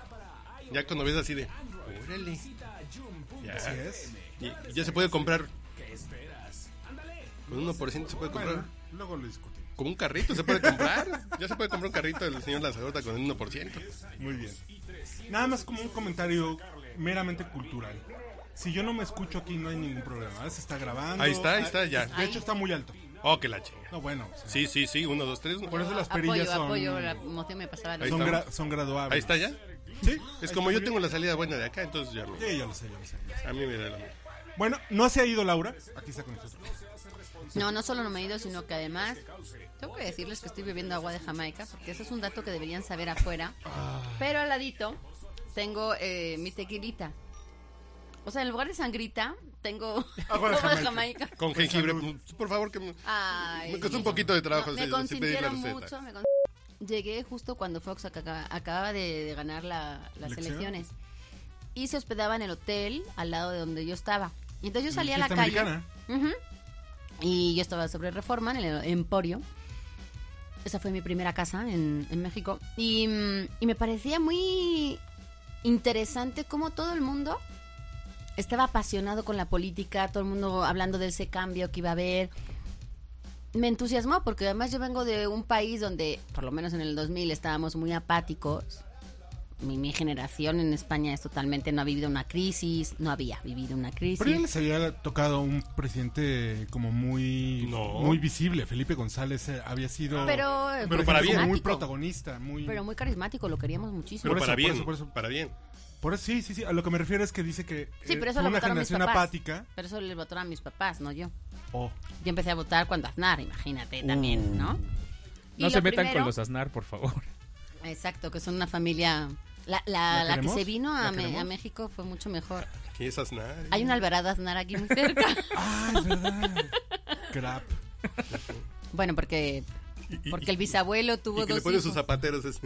Ya cuando ves así de. Órale. Ya. Eh, Y- ya se puede comprar. Con 1% se puede comprar. Bueno, luego lo discutimos. Como un carrito se puede comprar. ya se puede comprar un carrito del señor Lanzagorta con el 1%. Muy bien. Nada más como un comentario meramente cultural. Si yo no me escucho aquí, no hay ningún problema. Se está grabando. Ahí está, ahí está, ya. De hecho, está muy alto. Oh, que la chinga. No, bueno. o sea, Sí, sí, sí, 1, 2, 3. Por eso las Apoyo, perillas son, apoyo, la emoción me pasaba. Ahí son, estamos. gra- son graduables. Ahí está ya. Sí. Es como yo tengo la salida buena de acá, entonces ya no. Sí, ya lo sé, ya lo sé. A mí me da la Bueno, no se ha ido Laura. Aquí está con nosotros. No, no solo no me he ido, sino que además tengo que decirles que estoy bebiendo agua de Jamaica, porque eso es un dato que deberían saber afuera. Pero al ladito tengo eh, mi tequilita. O sea, en lugar de sangrita, tengo Agua de Jamaica. Con jengibre. pues, Por favor, que me, Ay, me costó un poquito de trabajo. no, sí, me sí, consintieron pedir la receta. mucho. me cons- Llegué justo cuando Fox aca- acababa de, de ganar la- las ¿Elección? elecciones. Y se hospedaba en el hotel al lado de donde yo estaba. Y entonces yo salí a la Fiesta calle. americana. Ujú. Y yo estaba sobre Reforma, en el Emporio. Esa fue mi primera casa en, en México. Y, mm, y me parecía muy interesante cómo todo el mundo estaba apasionado con la política, todo el mundo hablando de ese cambio que iba a haber. Me entusiasmó porque además yo vengo de un país donde, por lo menos en el 2000, estábamos muy apáticos. Mi, mi generación en España es totalmente, no ha vivido una crisis, no había vivido una crisis. Pero ya les había tocado un presidente como muy, No. muy visible. Felipe González eh, había sido Pero, eh, Pero para ejemplo, bien. muy Dramático. protagonista. Muy, Pero muy carismático, lo queríamos muchísimo. Pero Por eso, para por bien. eso, por eso. Para bien. Por eso sí, sí, sí. A lo que me refiero es que dice que Sí, eh, pero eso fue lo una votaron mis generación papás. apática. Pero eso les votaron a mis papás, no yo. Oh. Yo empecé a votar cuando Aznar, imagínate también, ¿no? Y No lo se metan primero- con los Aznar, por favor. Exacto, que son una familia... La, la- ¿La la que queremos? se vino ¿La a, Me- queremos? a México fue mucho mejor. Aquí es Aznar. Hay un Alvarado Aznar aquí muy cerca. Ah, es verdad. Crap. bueno, porque porque el bisabuelo tuvo Y que dos le pone hijos. sus zapateros. es-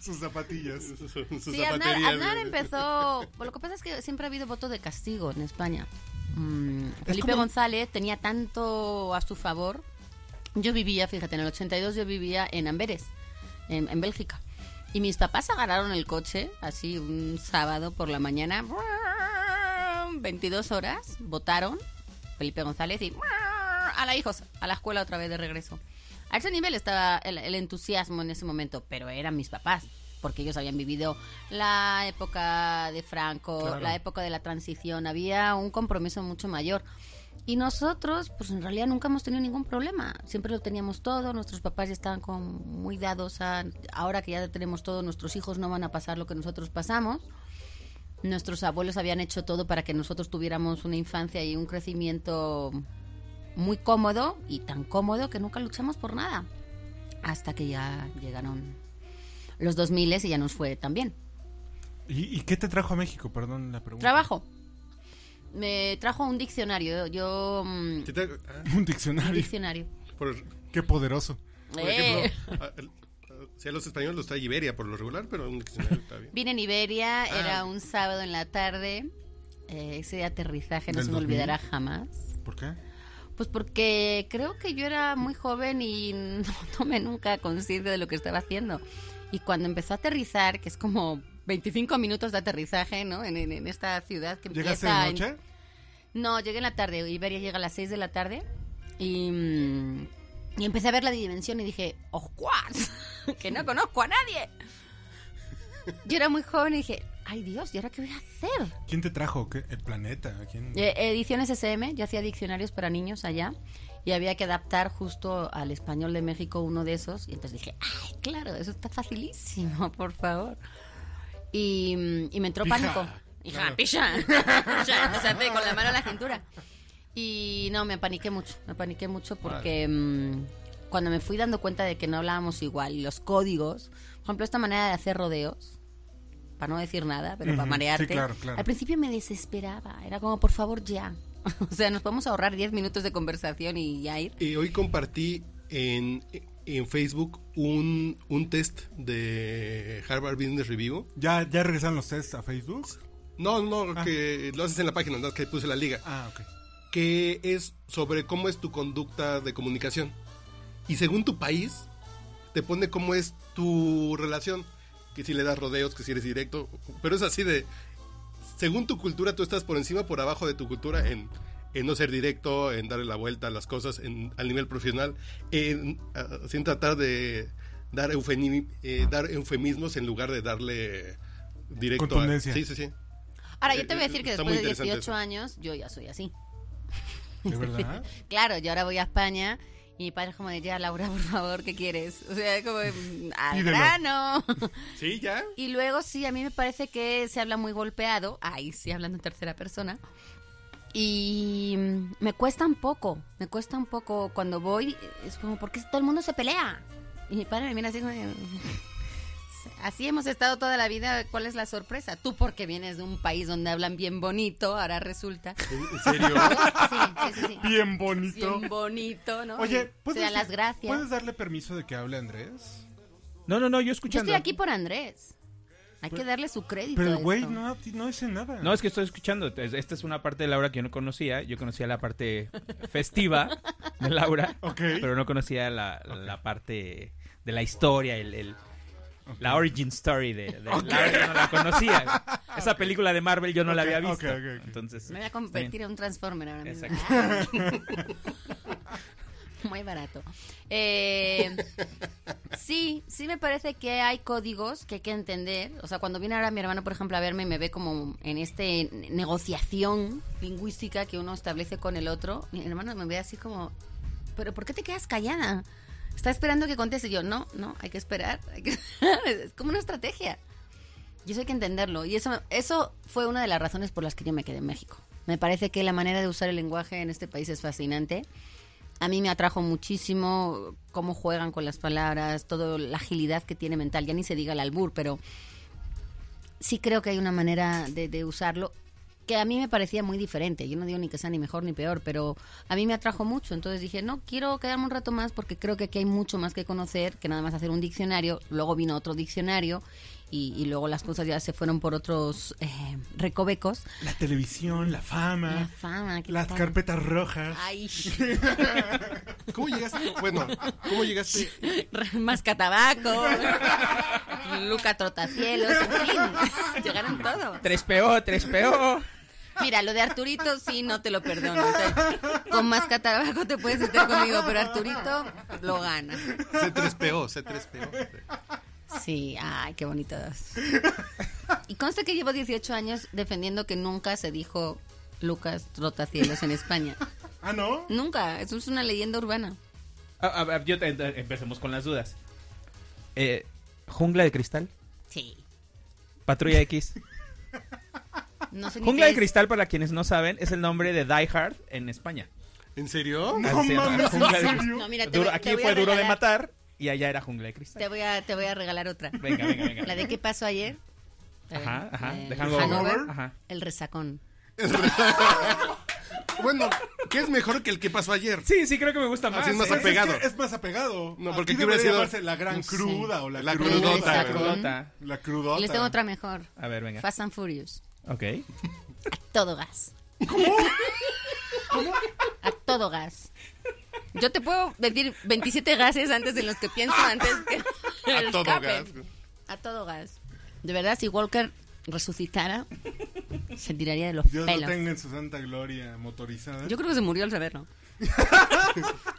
Sus zapatillas. Su, su- su Sí, Aznar, zapatería. Aznar empezó... Lo que pasa es que siempre ha habido voto de castigo en España. Mm, Felipe como- González tenía tanto a su favor. Yo vivía, fíjate, en el 82 yo vivía en Amberes, en, en Bélgica. Y mis papás agarraron el coche, así un sábado por la mañana, 22 horas, votaron Felipe González y a la hijos, a la escuela otra vez de regreso. A ese nivel estaba el, el entusiasmo en ese momento, pero eran mis papás, porque ellos habían vivido la época de Franco, Claro. la época de la transición, había un compromiso mucho mayor. Y nosotros, pues en realidad nunca hemos tenido ningún problema, siempre lo teníamos todo, nuestros papás ya estaban como muy dados a, ahora que ya tenemos todo, nuestros hijos no van a pasar lo que nosotros pasamos. Nuestros abuelos habían hecho todo para que nosotros tuviéramos una infancia y un crecimiento muy cómodo y tan cómodo que nunca luchamos por nada. Hasta que ya llegaron los 2000 y ya nos fue tan bien. ¿Y, y qué te trajo a México? Perdón la pregunta. Trabajo. Me trajo un diccionario. Yo. mm, ¿Qué tal? Ah, Un un diccionario. diccionario. por, Qué poderoso. por Eh. ejemplo, a, el- ah, si a los españoles los trae Iberia por lo regular, pero un diccionario está bien. Vine en Iberia, Ah. era un sábado en la tarde. Eh, ese aterrizaje no ¿Del se me 2000? olvidará jamás. ¿Por qué? Pues porque creo que yo era muy joven y no tomé nunca conciencia de lo que estaba haciendo. Y cuando empezó a aterrizar, que es como 25 minutos de aterrizaje, ¿no? En, en- en esta ciudad que ¿Llegaste empieza... de en- noche? No, llegué en la tarde. Iberia llega a las 6 de la tarde. Y, mm, y empecé a ver la dimensión y dije, ¡Oscuas! que no conozco a nadie. Yo era muy joven y dije, ¡ay Dios! ¿Y ahora qué voy a hacer? ¿Quién te trajo? ¿Qué- ¿El planeta? ¿Quién? Eh, Ediciones SM, yo hacía diccionarios para niños allá y había que adaptar justo al español de México uno de esos. Y entonces dije, ay, claro, eso está facilísimo, por favor. Y, mm, y me entró Pija. pánico. Hija, pilla. pilla, entonces, hace con la mano a la cintura. Y no, me paniqué mucho, me paniqué mucho porque mm, cuando me fui dando cuenta de que no hablábamos igual y los códigos, por ejemplo, esta manera de hacer rodeos, para no decir nada, pero para Ujú, marearte. sí, claro, claro. Al principio me desesperaba, era como, por favor, ya. O sea, nos podemos ahorrar 10 minutos de conversación y ya ir. Eh, hoy compartí en, en Facebook un, un test de Harvard Business Review. ¿Ya, ¿Ya regresaron los tests a Facebook? No, no, Ah. que lo haces en la página, no, que puse la liga. Ah, ok. Que es sobre cómo es tu conducta de comunicación. Y según tu país, te pone cómo es tu relación. Que si le das rodeos, que si eres directo. Pero es así de. Según tu cultura, tú estás por encima, por abajo de tu cultura en, en no ser directo, en darle la vuelta a las cosas en, al nivel profesional, en, ah, sin tratar de dar, eufemi- eh, dar eufemismos en lugar de darle directo. a- Contundencia. sí, sí, sí. Ahora, yo te voy a Eh, decir que está después de muy interesante 18 eso. años, yo ya soy así. ¿De verdad? Claro, yo ahora voy a España Y mi padre es como de, ya, Laura, por favor, ¿qué quieres? O sea, como, mm, al Pídelo. grano. Sí, ya. Y luego sí, a mí me parece que se habla muy golpeado. Ay, sí, hablando en tercera persona. Y mm, me cuesta un poco, me cuesta un poco cuando voy, es como, ¿por qué todo el mundo se pelea? Y mi padre me mira así como, de, así hemos estado toda la vida, ¿cuál es la sorpresa? Tú porque vienes de un país donde hablan bien bonito, ahora resulta. ¿En serio? Sí, sí, sí, sí. Bien bonito. Bien bonito, ¿no? Y Oye, se dan las gracias. ¿puedes darle permiso de que hable Andrés? No, no, no, yo Yo escuchando. estoy aquí por Andrés. Hay que darle su crédito. Pues, Pero a el güey esto. no, no dice nada. No, es que estoy escuchando. Es- Esta es una parte de Laura que yo no conocía. Yo conocía la parte festiva de Laura, Ok. pero no conocía la, la parte de la historia, el, el- la origin story de, de Laura. Yo no la conocía. Esa película de Marvel yo no la Ok, había visto. ok, ok, ok. Entonces, Me voy a convertir en un Transformer ahora mismo. Muy barato. Eh, sí, sí me parece que hay códigos que hay que entender. O sea, cuando viene ahora mi hermano, por ejemplo, a verme y me ve como en esta negociación lingüística que uno establece con el otro, mi hermano me ve así como, ¿pero por qué te quedas callada? Está esperando que conteste. Y yo, no, no, hay que esperar. hay que- es como una estrategia. Y eso hay que entenderlo. Y eso, eso fue una de las razones por las que yo me quedé en México. Me parece que la manera de usar el lenguaje en este país es fascinante. A mí me atrajo muchísimo cómo juegan con las palabras, toda la agilidad que tiene mental. Ya ni se diga el albur, pero sí creo que hay una manera de, de usarlo que a mí me parecía muy diferente. Yo no digo ni que sea ni mejor ni peor, pero a mí me atrajo mucho. Entonces dije, no, quiero quedarme un rato más porque creo que aquí hay mucho más que conocer que nada más hacer un diccionario. Luego vino otro diccionario y, y luego las cosas ya se fueron por otros eh, recovecos. La televisión, la fama, La fama, ¿qué las tal? Ah, carpetas rojas. Ay, ¿Cómo llegaste? Bueno, ¿cómo llegaste? mascatabaco, Luca Trotacielos, en fin, llegaron todos. Tres PO, tres PO. Mira, lo de Arturito sí, no te lo perdono. O sea, con más catabaco te puedes meter conmigo, pero Arturito lo gana. C3PO, C3PO. Sí, ay, qué bonitas. Y consta que llevo 18 años defendiendo que nunca se dijo Lucas Trotacielos en España. Ah, ¿no? Nunca, eso es una leyenda urbana. A- a- a- yo te- te- empecemos con las dudas. Eh, Jungla de cristal, Sí. Patrulla X. No sé ni Jungla qué de es. cristal, para quienes no saben, es el nombre de Die Hard en España. ¿En serio? No Se llama mames, ¿en Jungla de serio? No, mira, te Duro- voy- te aquí voy a fue duro de regalar- matar y allá era jungla de cristal. Te voy a, te voy a regalar otra. Venga, venga, venga. La de qué pasó ayer. Ajá, ajá. Eh, De Hangover. Hangover. Ajá. El resacón. Bueno, ¿qué es mejor que el que pasó ayer? Sí, sí, creo que me gusta más. Así es más ¿eh? Pues es, apegado. que es más apegado. No, porque Aquí aquí hubiera debería sido- llamarse la gran No sé. cruda o la, La crudota. crudota, güey. güey. Pelota. La crudota. Y les tengo otra mejor. Ah, A ver, venga. Fast and Furious. Ok. Todo gas. ¿Cómo? A todo gas. Yo te puedo decir 27 gases antes de los que pienso antes que A todo gas. A todo gas. De verdad, si Walker resucitara, se tiraría de los Dios lo pelos. tenga en su santa gloria motorizada. Yo creo que se murió al saberlo.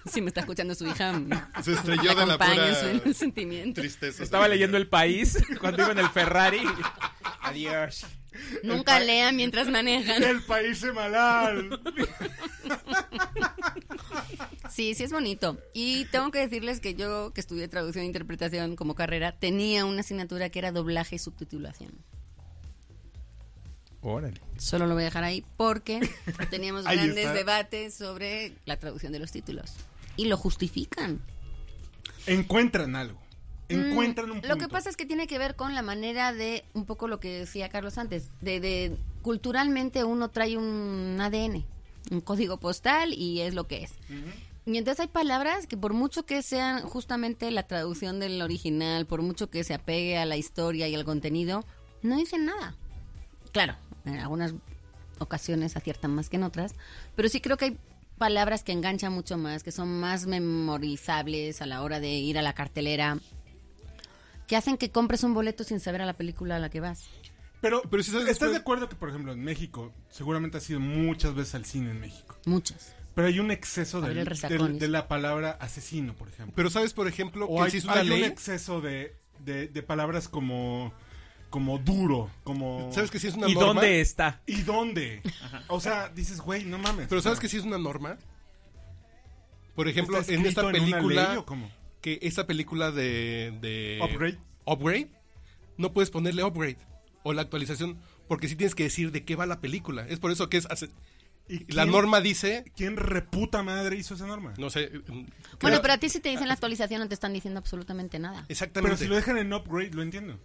si me está escuchando su hija, Se estrelló de la acompaña en su- en pura su sentimiento. tristeza. Estaba leyendo El País cuando iba en el Ferrari. Adiós. Nunca lean mientras manejan. El país semanal. Sí, sí es bonito. Y tengo que decirles que yo, que estudié traducción e interpretación como carrera, tenía una asignatura que era doblaje y subtitulación. Órale. Solo lo voy a dejar ahí porque teníamos Ahí grandes está. debates sobre la traducción de los títulos. Y lo justifican. Encuentran algo. Encuentran un Mm, punto. Lo que pasa es que tiene que ver con la manera de, un poco lo que decía Carlos antes, de, de- culturalmente uno trae un ADN, un código postal y es lo que es. Y entonces hay palabras que por mucho que sean justamente la traducción del original, por mucho que se apegue a la historia y al contenido, no dicen nada. Claro, en algunas ocasiones aciertan más que en otras, pero sí creo que hay palabras que enganchan mucho más, que son más memorizables a la hora de ir a la cartelera, que hacen que compres un boleto sin saber a la película a la que vas. Pero, Pero si sabes- ¿estás de acuerdo que, por ejemplo, en México, seguramente has ido muchas veces al cine en México? Muchas. Pero hay un exceso Abrir del- el resacón, del- de dice. la palabra asesino, por ejemplo. Pero sabes, por ejemplo, O que hay, si es una hay un ley. exceso de, de- de palabras como, como duro, como... ¿Sabes que si es una ¿Y norma? dónde está? ¿Y dónde? O sea, dices, güey, no mames. Pero sabes que si es una norma. Por ejemplo, ¿Está en esta escrito en una película. ley o cómo? Que esa película de, de- Upgrade. Upgrade. No puedes ponerle upgrade. O la actualización. Porque sí tienes que decir de qué va la película. Es por eso que es. hace- ¿Y la quién- norma dice. ¿Quién reputa madre hizo esa norma? No sé. mm, Bueno, creo- pero a ti si te dicen la actualización no te están diciendo absolutamente nada. Exactamente. Pero si lo dejan en upgrade, lo entiendo.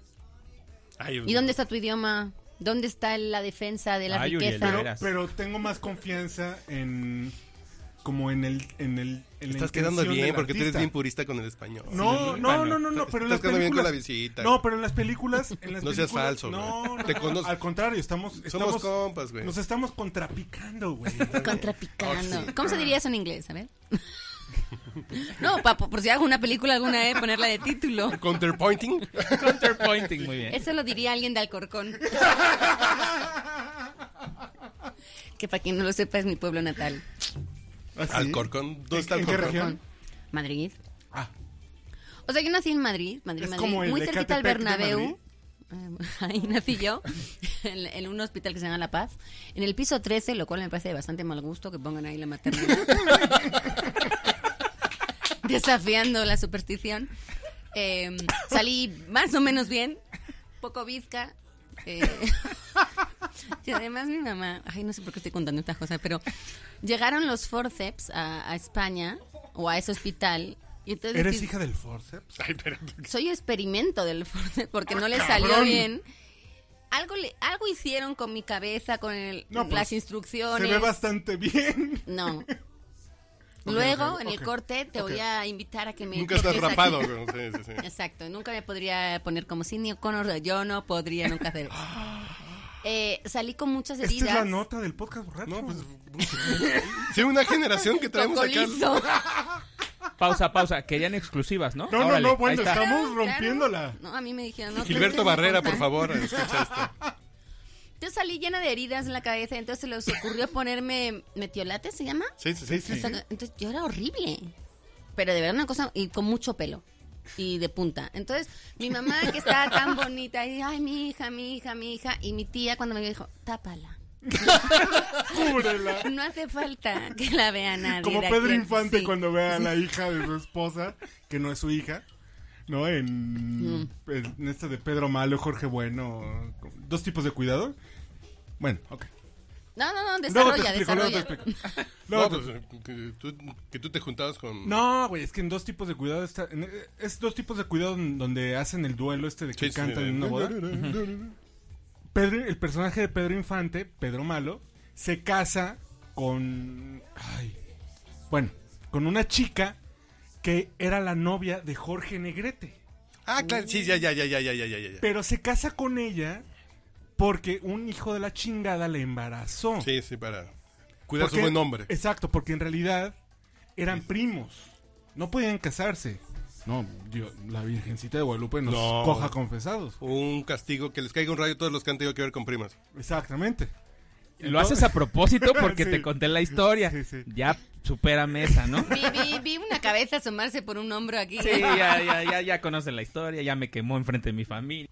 Ay, ¿Y dónde está tu idioma? ¿Dónde está la defensa de la Ay, Uriel, riqueza? de Pero, veras. pero tengo más confianza en. Como en el. En el en la Estás quedando intención bien del porque tú eres artista. bien purista con el español. No, no, no, no, no, pero en las Estás quedando bien con películas. la visita. No, pero en las películas. En las No seas películas- falso, No, güey. no, Te no, conozco. Al contrario, estamos. estamos- compas, güey. Nos estamos contrapicando, güey. Oh, Contrapicando. ¿Cómo se diría eso en inglés? A ver. No, pa- por si hago una película alguna vez, ponerla de título. Counterpointing. Counterpointing, muy bien. Eso lo diría alguien de Alcorcón. Que para quien no lo sepa es mi pueblo natal. ¿Ah, sí? Alcorcón. ¿Dónde está ¿En- en qué Alcorcón? región? Madrid. Ah. O sea, yo nací en Madrid, Madrid, Es Madrid, como el muy de cerquita al Catepec de Bernabéu. Ahí nací yo, en, en un hospital que se llama La Paz, en el piso 13, lo cual me parece de bastante mal gusto que pongan ahí la maternidad. Desafiando la superstición. Eh, salí más o menos bien, poco bizca. eh, y además mi mamá, ay, no sé por qué estoy contando estas cosas, pero llegaron los forceps a, a España o a ese hospital. Y entonces ¿Eres decidí- hija del forceps? Ay, espérate. soy experimento del Forte porque no le salió Ah, cabrón! bien. Algo le, algo hicieron con mi cabeza, con el- No, pues, las Se instrucciones. ve bastante bien. No. Luego, ok, en ok, el corte, te voy a invitar a que me. Nunca estás toques aquí. rapado. güey. Sí, sí, sí. Exacto, nunca me podría poner como Sidney O'Connor. Yo no podría nunca hacer. Eh, salí con muchas heridas. Esta es la nota del podcast borracho. No, pues. Sí, una generación que traemos acá. Cocolizo. Pausa, pausa. Querían exclusivas, ¿no? No, no, Órale, no, bueno, ahí está. estamos Claro. rompiéndola. No, a mí me dijeron. No, Gilberto te- Barrera, te- por favor, escucha esto. Yo salí llena de heridas en la cabeza, entonces se les ocurrió ponerme metiolate, ¿se llama? Sí, sí, sí. O sí. sea, entonces yo era horrible. Pero de verdad una cosa, y con mucho pelo. Y de punta. Entonces, mi mamá que estaba tan bonita, y ay, mi hija, mi hija, mi hija. Y mi tía cuando me vio dijo, tápala. Cúbrela. No hace falta que la vea nadie. Como de Pedro aquí". Infante Sí. cuando ve a la hija de su esposa, que no es su hija, ¿no? En, Mm. en esta de Pedro Malo, Jorge Bueno, dos tipos de cuidado. Bueno, ok. No, no, no, Luego te desarrolla, explico, luego te desarrolla. explico. No, Luego te- pues, que, tú, que tú te juntabas con. No, güey, es que en dos tipos de cuidado está. en- es dos tipos de cuidado en donde hacen el duelo este de que Sí, sí, cantan sí. en una boda. Pedro, el personaje de Pedro Infante, Pedro Malo, se casa con. Ay, bueno, con una chica que era la novia de Jorge Negrete. Ah, claro, sí, ya, ya, ya, ya, ya, ya, ya. ya. Pero se casa con ella porque un hijo de la chingada le embarazó. Sí, sí, para cuidar su Porque- buen nombre. Exacto, porque en realidad eran primos. No podían casarse. No, Dios, la Virgencita de Guadalupe nos No. coja confesados. Un castigo que les caiga un rayo a todos los que han tenido que ver con primas. Exactamente. Lo haces a propósito porque Sí. te conté la historia. Sí, sí. Ya supera mesa, ¿no? Vi, vi, vi una cabeza asomarse por un hombro aquí. Sí, ya, ya, ya, ya conocen la historia, ya me quemó enfrente de mi familia.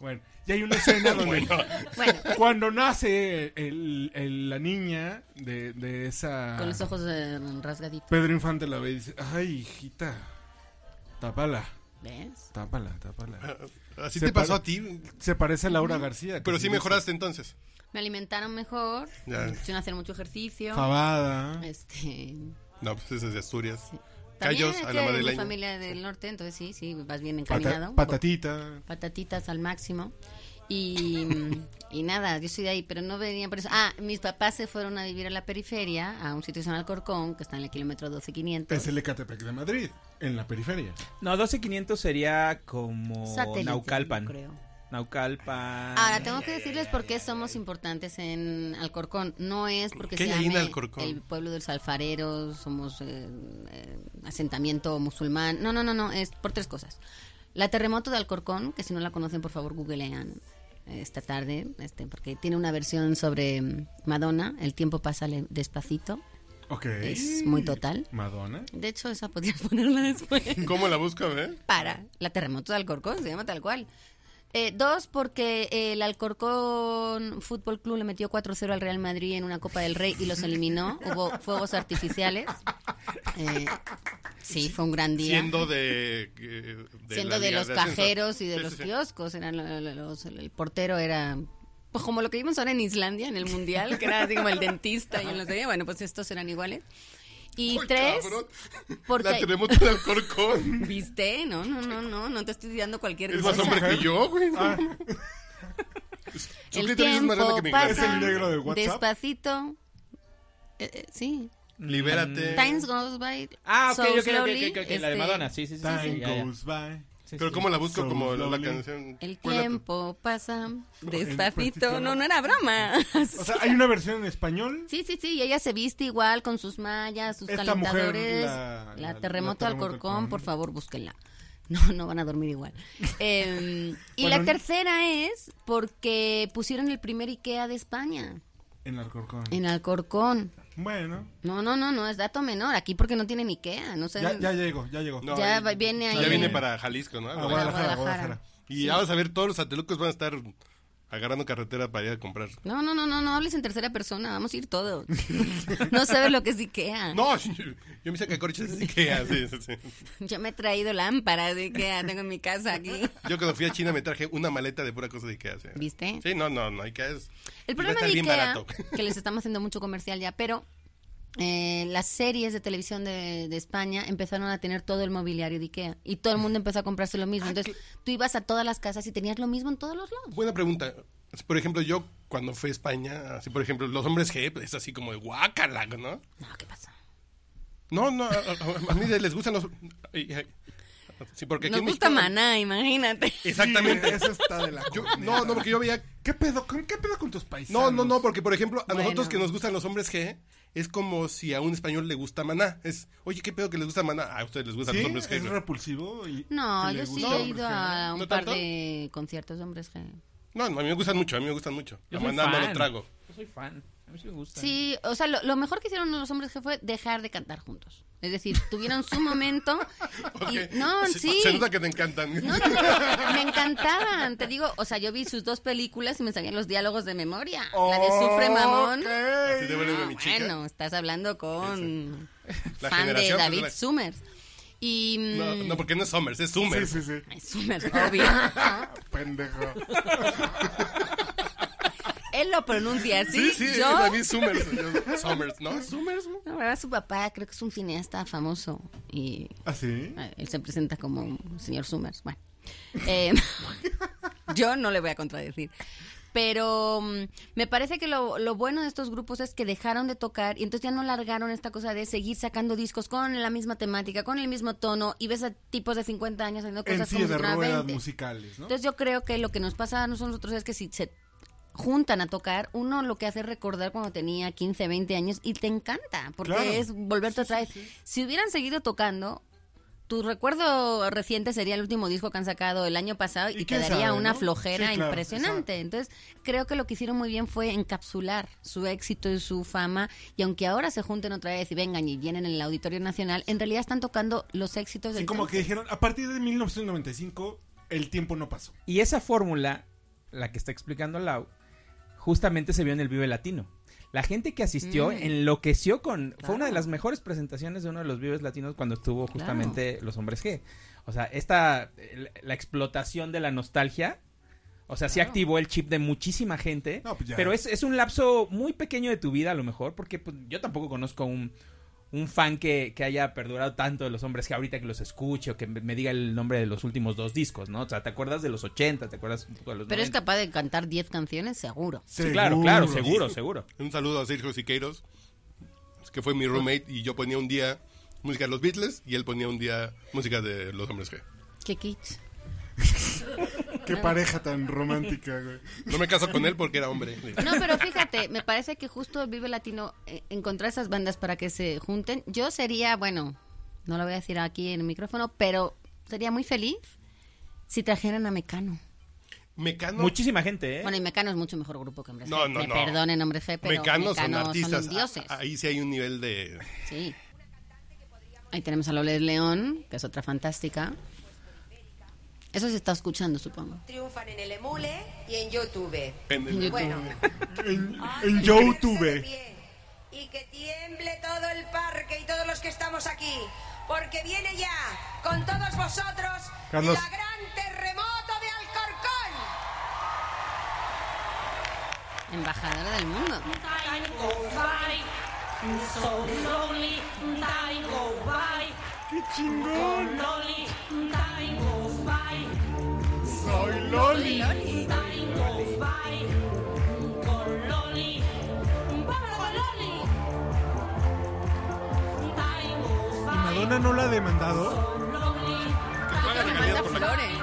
Bueno, y hay una escena donde Bueno, cuando nace el- el- la niña de, de esa... con los ojos eh, rasgaditos. Pedro Infante la ve y dice, ay, hijita, tápala, ¿Ves? tápala, tápala. Ah, Así Se te pasó para- a ti, Se parece a Laura García. que pero se sí dice mejoraste entonces. Me alimentaron mejor, Ya. me pusieron a hacer mucho ejercicio. Fabada. Este, No, pues ese es de Asturias. También Callos es a que la mi madrileña. familia del norte, entonces sí, sí, vas bien pata- encaminado. patatita. Patatitas al máximo. Y, y nada, yo soy de ahí, pero no venía por eso. Ah, mis papás se fueron a vivir a la periferia, a un sitio que se llama Alcorcón, que está en el kilómetro 12500. Es el Ecatepec de Madrid, en la periferia. No, 12500 sería como Satélite, Naucalpan. yo creo. Naucalpan. Ahora, tengo que decirles por qué somos importantes en Alcorcón. No es porque ¿Qué sea hay en Alcorcón? el pueblo de los alfareros, somos eh, eh, asentamiento musulmán. No, no, no, no, es por tres cosas. La terremoto de Alcorcón, que si no la conocen, por favor, googlean eh, esta tarde, este, porque tiene una versión sobre mm, Madonna, El tiempo pasa le- despacito. Ok. Es muy total. Madonna. De hecho, esa podrías ponerla después. ¿Cómo la busca, eh? Para, la terremoto de Alcorcón, se llama tal cual. Eh, dos, porque eh, el Alcorcón Fútbol Club le metió 4-0 al Real Madrid en una Copa del Rey y los eliminó. Hubo fuegos artificiales. Eh, sí, fue un gran día. Siendo de. eh, de Siendo la de Liga los Ascenso. cajeros y de Sí, los sí, sí. kioscos. Eran lo- lo- los- el portero era. Pues como lo que vimos ahora en Islandia, en el Mundial, que era así como el dentista y no sé. Bueno, pues estos eran iguales. Y Ay, tres, cabrón. porque. La tenemos en Alcorcón. ¿Viste? No, no, no, no, no te estoy dando cualquier Es cosa. más hombre que yo, güey. Ah, No, mames. Su El clítoris es más grande tiempo que mi pasa inglés. Es el negro de WhatsApp. despacito. Eh, eh, sí. Eh. Libérate. Times goes by. Ah, ok, so yo creo que slowly, la de este, Madonna. Sí, sí, sí. Time sí, ya, ya. goes by. Sí, Pero sí. ¿cómo la busco? So como la- la slowly. canción. El ¿Cuál la- tiempo pasa despacito. despacito. No, no era broma. Oh, O sea, hay una versión en español. Sí, sí, sí. Y ella se viste igual con sus mallas, sus Esta calentadores. mujer, la- la, terremoto la- la al Terremoto corcón, Alcorcón. por favor, búsquenla. No, no van a dormir igual. Eh, y Bueno, la no- tercera es porque pusieron el primer IKEA de España, En Alcorcón. en Alcorcón. Bueno, No, no, no, no, es dato menor. Aquí porque no tienen Ikea, no sé. ya, ya llegó, ya llegó. No, Ya ahí- va- viene Ya ahí. viene para Jalisco, ¿no? A Algo así. Guadalajara, Guadalajara. Guadalajara. Y ya vas a ver, todos los atelucos van a estar agarrando carretera para ir a comprar. No, no, no, no, no hables en tercera persona, vamos a ir todos. no sabes lo que es Ikea. No, yo, yo me saca corchas así que así. así. Yo me he traído lámparas de Ikea, tengo en mi casa aquí. Yo cuando fui a China me traje una maleta de pura cosa de Ikea. así. ¿Viste? Sí, no, no, no, Ikea es... El y va a problema estar de bien Ikea, barato. que les estamos haciendo mucho comercial ya, pero eh, las series de televisión de, de España empezaron a tener todo el mobiliario de Ikea y todo el mundo empezó a comprarse lo mismo. Entonces tú ibas a todas las casas y tenías lo mismo en todos los lados. Buena pregunta. Por ejemplo, yo cuando fui a España, así por ejemplo, los hombres G, pues, es así como de guácala, ¿no? No, ¿qué pasa? No, no, a, a- a mí les gustan los... ay, ay. Sí, porque aquí Nos en gusta México- maná, imagínate. Exactamente. Sí, eso está de la Yo- corneta. no, no, porque yo veía... ¿Qué pedo, con, ¿Qué pedo con tus paisanos? No, no, no, porque por ejemplo, a Bueno. nosotros que nos gustan los hombres G, es como si a un español le gusta maná. Es, oye, ¿qué pedo que les gusta maná? Ah, a ustedes les gustan ¿Sí? los hombres G. ¿Es güey. repulsivo? y- No, que le yo sí gusta he ido a un ¿No par tanto? de conciertos de hombres G. No, no, a mí me gustan mucho, a mí me gustan mucho. Yo a soy maná no lo fan. trago. Yo soy fan. A mí sí me gusta. Sí, o sea, lo, lo mejor que hicieron los hombres G fue dejar de cantar juntos. Es decir, tuvieron su momento y Ok. no, Se- sí. Se nota que te encantan. No, no, no, me encantaban, te digo, o sea, yo vi sus dos películas y me sabían los diálogos de memoria. La de Sufre Mamón. Así de bueno, No, mi chica. bueno, estás hablando con La fan de generación, pues, David la- Summers. Y mm, No, no, porque no es Summers, es Summers. Sí, sí, sí. ay, Summers, obvio. Pendejo. Él lo pronuncia así, Sí, sí, yo es David Summers. Yo- Summers, ¿no? Summers. güey. No, ahora su papá creo que es un cineasta famoso y ¿Ah, sí? eh, él se presenta como un señor Summers. Bueno, Eh, yo no le voy a contradecir. Pero mm, me parece que lo, lo bueno de estos grupos es que dejaron de tocar y entonces ya no largaron esta cosa de seguir sacando discos con la misma temática, con el mismo tono y ves a tipos de 50 años haciendo En cosas sí, pues, como si de tuvieran ruedas 20. musicales, ¿no? Entonces yo creo que lo que nos pasa a nosotros es que si se juntan a tocar, uno lo que hace es recordar cuando tenía 15, 20 años y te encanta, porque Claro. es volverte otra vez. Si hubieran seguido tocando, tu recuerdo reciente sería el último disco que han sacado el año pasado y, Y te quién daría sabe, una ¿no? flojera Sí, claro, impresionante. Entonces creo que lo que hicieron muy bien fue encapsular su éxito y su fama y aunque ahora se junten otra vez y vengan y vienen en el Auditorio Nacional, en realidad están tocando los éxitos del Sí, como que dijeron, a partir de 1995, el tiempo no pasó. Y esa fórmula, la que está explicando Lau, justamente se vio en el Vive Latino. La gente que asistió Mm. enloqueció con... Fue una de Claro. las mejores presentaciones de uno de los Vives Latinos cuando estuvo justamente Los Hombres G. O sea, esta... el- La explotación de la nostalgia. O sea, sí activó el chip de muchísima gente. No, pues ya. pero es, es un lapso muy pequeño de tu vida a lo mejor, porque pues, yo tampoco conozco un... Un fan que, que haya perdurado tanto de los hombres que ahorita que los escuche o que me me diga el nombre de los últimos dos discos, ¿no? O sea, ¿te acuerdas de los 80? ¿Te acuerdas un poco de los Pero es 90? capaz de cantar 10 canciones, seguro. Sí, claro, claro, seguro, seguro. Un saludo a Sergio Siqueiros, que fue mi roommate y yo ponía un día música de los Beatles y él ponía un día música de los hombres G. Qué kitsch. Qué pareja tan romántica, güey. No me caso con él porque era hombre. No, pero fíjate, me parece que justo el Vive Latino eh, encontrar esas bandas para que se junten. Yo sería, bueno, no lo voy a decir aquí en el micrófono, pero sería muy feliz si trajeran a Mecano. Mecano. Muchísima gente, ¿eh? Bueno, y Mecano es mucho mejor grupo que Hombre G. No, no, me no. perdonen, Hombre G, pero Mecanos son artistas. son dioses. A- Ahí sí hay un nivel de. Sí. Ahí tenemos a Loles León, que es otra fantástica. Eso se está escuchando, supongo. Triunfan en el emule y en YouTube. En En el- YouTube. Bueno. En, Ah, y en ponerse de YouTube. pie. Y que tiemble todo el parque y todos los que estamos aquí. Porque viene ya, con todos vosotros, Carlos. la gran terremoto de Alcorcón. Embajadora del mundo. ¡Qué chingón! Soy Loli. ¿Y Madonna no la ha demandado? Que paga Me regalías manda por la- flores.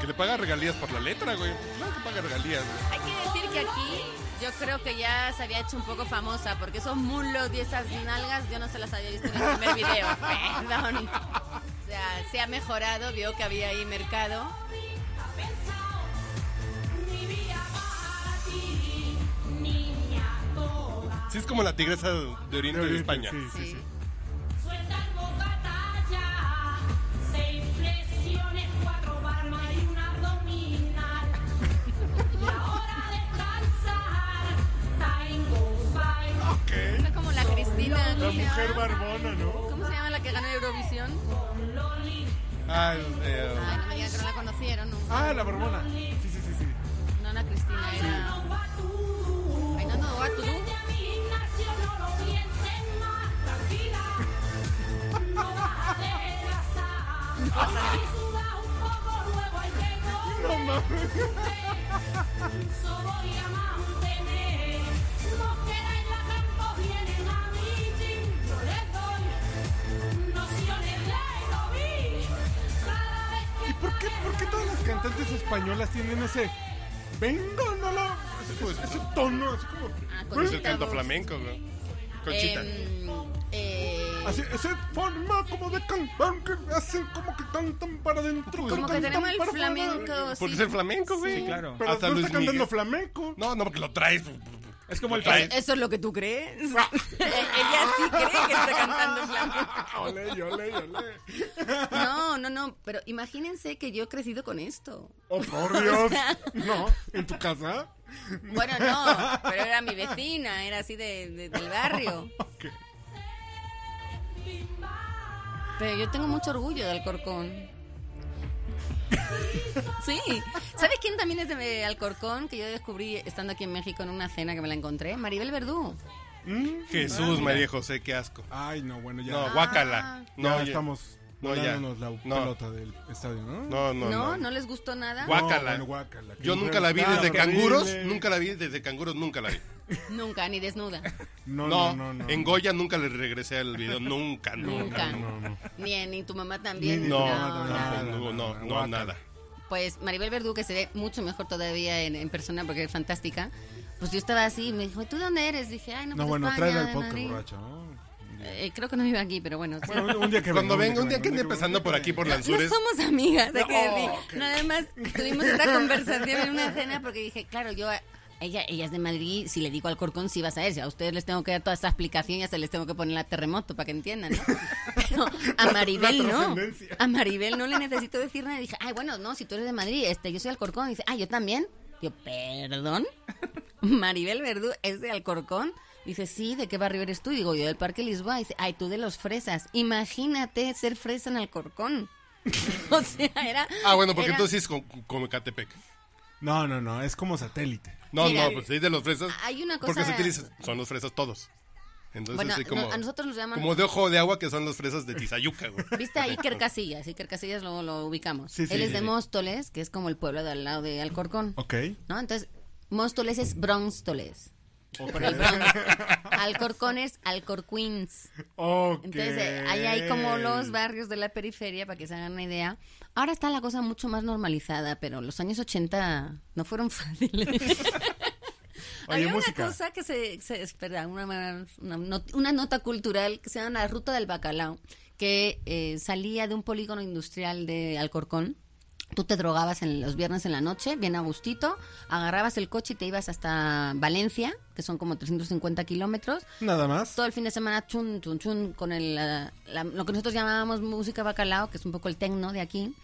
que le paga regalías por la letra, güey. Claro que paga regalías, güey. Hay que decir que aquí yo creo que ya se había hecho un poco famosa porque esos muslos y esas nalgas yo no se las había visto en el primer video. Perdón. O sea, se ha mejorado, vio que había ahí mercado. Sí, es como la tigresa de Oriente de España. Sí, sí, sí. Está como la Cristina. ¿cómo La se llama? mujer barbona, ¿no? ¿Cómo se llama la que ganó Eurovisión? Ah, el, eh, Ay, no me digan que no la conocieron. nunca. Ah, la barbona. Sí, sí, sí, sí. No era Cristina, era. Bailando Guatulú. ¿Y por qué, por qué todas las cantantes españolas tienen ese vengo, no lo. Pues, ese tono, así como. ¿eh? Ah, con es esta el canto voz. flamenco, güey. Conchita. Em, eh, Así, esa forma como de cantar, que hacen como que cantan para adentro. como que cantan tenemos el para afuera. flamenco. Porque sí. es el flamenco, güey. Sí, claro. Pero Hasta no Luis está cantando Miguel. flamenco. No, no, porque lo traes. Es como el Traes. ¿Eso es lo que tú crees? Ah. Ella sí cree que está cantando flamenco. Ole, ole, ole. No, no, no, pero imagínense que yo he crecido con esto. Oh, por Dios. No, en tu casa. Bueno, no, pero era mi vecina, era así de, de- del barrio. Ok. Pero yo tengo mucho orgullo del Alcorcón. Sí. ¿Sabes quién también es de eh, Alcorcón? Que yo descubrí estando aquí en México en una cena que me la encontré. Maribel Verdú. Mm. Jesús, María José, qué asco. Ay, no, bueno, ya. No, Ah. guácala. no, No, ya. estamos No, no, ya. la No. pelota del estadio, ¿no? No, No, no, no, no. les gustó nada. Guau. Guácala. bueno, guácala. Yo nunca la vi desde Horrible. canguros. Nunca la vi desde canguros, nunca la vi. Nunca, ni desnuda. No, No, no, no. no. en Goya nunca le regresé al video. Nunca, nunca. Nunca. no, no. Ni, ni tu mamá también. Ni- No, No, no, nada, no, no, nada, no, guácala. nada. Pues Maribel Verdú, que se ve mucho mejor todavía en, en persona porque es fantástica. Pues yo estaba así y me dijo, ¿tú de dónde eres? Dije, ay, no, No, pues bueno, España, tráela al de podcast, Madrid". borracho, ¿no? Eh, creo que no vive aquí, pero bueno. sí. Bueno, un- un día que Cuando venga, un día que ande venga, empezando por aquí, por No Lanzures. somos amigas, hay que No, decir. ok. Nada más tuvimos esta conversación en una cena porque dije, claro, yo... a- Ella, ella es de Madrid, si le digo al Corcón, sí vas a ver. Si a ustedes les tengo que dar toda esta explicación y hasta les tengo que poner la terremoto para que entiendan, ¿no? Pero a Maribel no. trascendencia. A Maribel no le necesito decir nada. Dije, ay, bueno, no, si tú eres de Madrid, este, yo soy Alcorcón. Dice, ah, yo también. Yo, perdón. Maribel Verdú es de Alcorcón. Dice, sí, ¿de qué barrio eres tú? Digo, yo del Parque Lisboa. Dice, ay, tú de los fresas. Imagínate ser fresa en Alcorcón. o sea, era. Ah, bueno, porque era- entonces es con, con Catepec. No, no, no, es como satélite. No, Mira, no, pues sí, de los fresas. hay una Porque se cosa- utiliza, son los fresas todos. Entonces, Bueno, sí, como, no, a nosotros nos llaman- Como de ojo de agua, que son los fresas de Tizayuca, güey. Viste a Iker Casillas. Iker Casillas lo, lo ubicamos. Sí, sí, Él es sí, de sí. Móstoles, que es como el pueblo de al lado de Alcorcón. Ok. ¿No? Entonces, Móstoles es Bronstoles. El Bronx. Alcorcón es Alcorquins. Ok. Entonces, eh, ahí hay como los barrios de la periferia, para que se hagan una idea. Ahora está la cosa mucho más normalizada, pero los años 80 no fueron fáciles. Oye, Había música. una cosa que se, se- espera, una, una not- una nota cultural que se llama La Ruta del Bacalao, que eh, salía de un polígono industrial de Alcorcón. Tú te drogabas en los viernes en la noche, bien a gustito, agarrabas el coche y te ibas hasta Valencia, que son como 350 kilómetros, Nada más. todo el fin de semana chun chun chun con el, eh, la- lo que nosotros llamábamos música bacalao, que es un poco el tecno de aquí.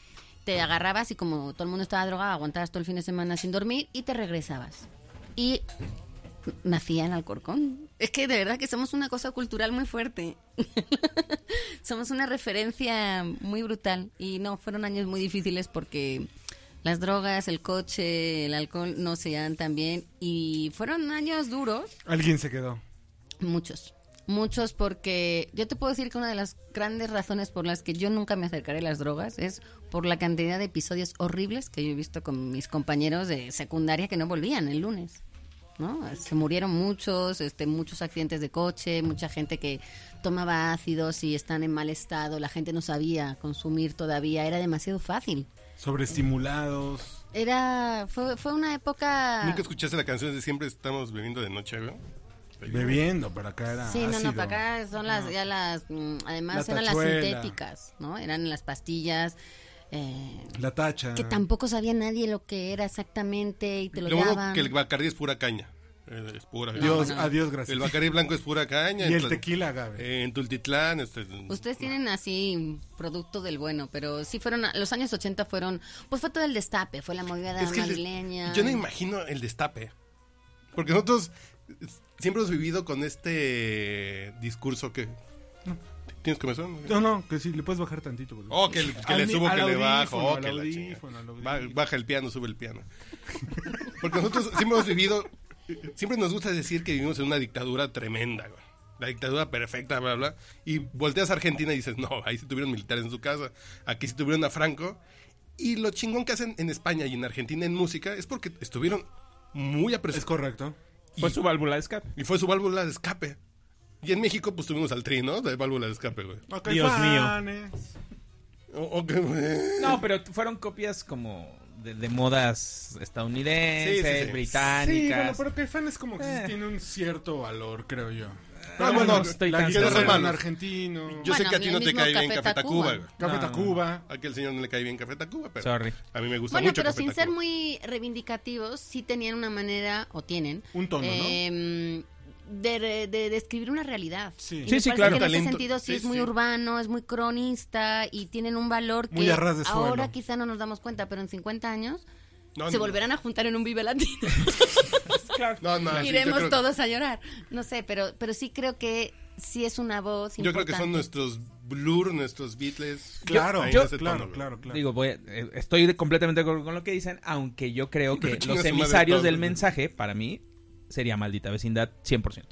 te agarrabas y como todo el mundo estaba drogado, aguantabas todo el fin de semana sin dormir y te regresabas. Y nacía en Alcorcón. Es que de verdad que somos una cosa cultural muy fuerte. somos una referencia muy brutal. Y no, fueron años muy difíciles porque las drogas, el coche, el alcohol no se dan tan bien. Y fueron años duros. Alguien se quedó. Muchos. Muchos porque yo te puedo decir que una de las grandes razones por las que yo nunca me acercaré a las drogas es por la cantidad de episodios horribles que yo he visto con mis compañeros de secundaria que no volvían el lunes. ¿no? Se murieron muchos, este, muchos accidentes de coche, mucha gente que tomaba ácidos y están en mal estado, la gente no sabía consumir todavía, era demasiado fácil. Sobreestimulados. Era, fue, fue una época... ¿Nunca escuchaste la canción de Siempre estamos bebiendo de noche, güey? Bebiendo, para acá Ah, era Sí, no, ácido. no, para acá son las, ya las, mm, además La eran las tachuela. sintéticas, ¿no? Eran las pastillas, eh, La tacha. que tampoco sabía nadie lo que era exactamente y te lo Ah. Lo bueno daban. que el Bacardí es pura caña. Eh, Es pura. Dios, bueno. adiós, gracias. El Bacardí blanco es pura caña. Y en el Tla- tequila, Gabe. eh, en Tultitlán. Este, Ustedes tienen así producto del bueno, pero sí fueron, a- los años 80 fueron, pues fue todo el destape, fue la movida Es que el des- madrileña. yo no imagino el destape. Porque nosotros es- siempre hemos vivido con este discurso que. ¿Tienes que me No, no, que sí, le puedes bajar tantito. boludo. Oh, que, que Al le mi- subo, al que le bajo. audífono, oh, al que la audífono, al chingada. audífono. Ba- Baja el piano, sube el piano. Porque nosotros siempre hemos vivido. Siempre nos gusta decir que vivimos en una dictadura tremenda, güey. La dictadura perfecta, bla, bla. Y volteas a Argentina y dices, no, ahí sí tuvieron militares en su casa. Aquí sí tuvieron a Franco. Y lo chingón que hacen en España y en Argentina en música es porque estuvieron muy Es apresurados. correcto. Fue su válvula de escape. Y fue su válvula de escape. Y en México, pues tuvimos al tri, ¿no? De válvula de escape, güey. Ok, Dios fanes. O- o que- No, pero fueron copias como de, de modas Sí, estadounidenses, sí, sí. Sí, bueno, británicas. pero Caifanes es como que sí Eh. tiene un cierto valor, creo yo. Ah, bueno, bueno, estoy la tan guitarra seguro. en argentino, Yo sé Bueno, que a ti el no te mismo cae bien Café Café Tacuba. Tacuba. güey. Café No. Tacuba. A aquel señor no le cae bien Café Tacuba, pero Sorry. a mí me gusta Bueno, mucho pero Café sin Tacuba. ser muy reivindicativos, sí tenían una manera, o tienen, Un tono, ¿no? em, de, re- de describir una realidad. Sí. Y Sí, me sí, parece claro. Que en ese Talento- sentido sí, sí, es muy sí. urbano, es muy cronista y tienen un valor que Muy a ras de suelo. ahora quizá no nos damos cuenta, pero en 50 años No, se no, volverán a juntar en un Vive Latino. No, no, sí, yo Iremos creo- todos a llorar. No sé, pero, pero sí creo que sí es una voz Yo creo que son importante. nuestros Blur, nuestros Beatles. Claro, ahí en yo- ese claro, tono, güey. claro, claro. Digo, voy a- eh, estoy de- completamente de acuerdo con lo que dicen, aunque yo creo que chinga los su madre emisarios todo, del ¿no? mensaje, para mí, sería maldita vecindad 100%.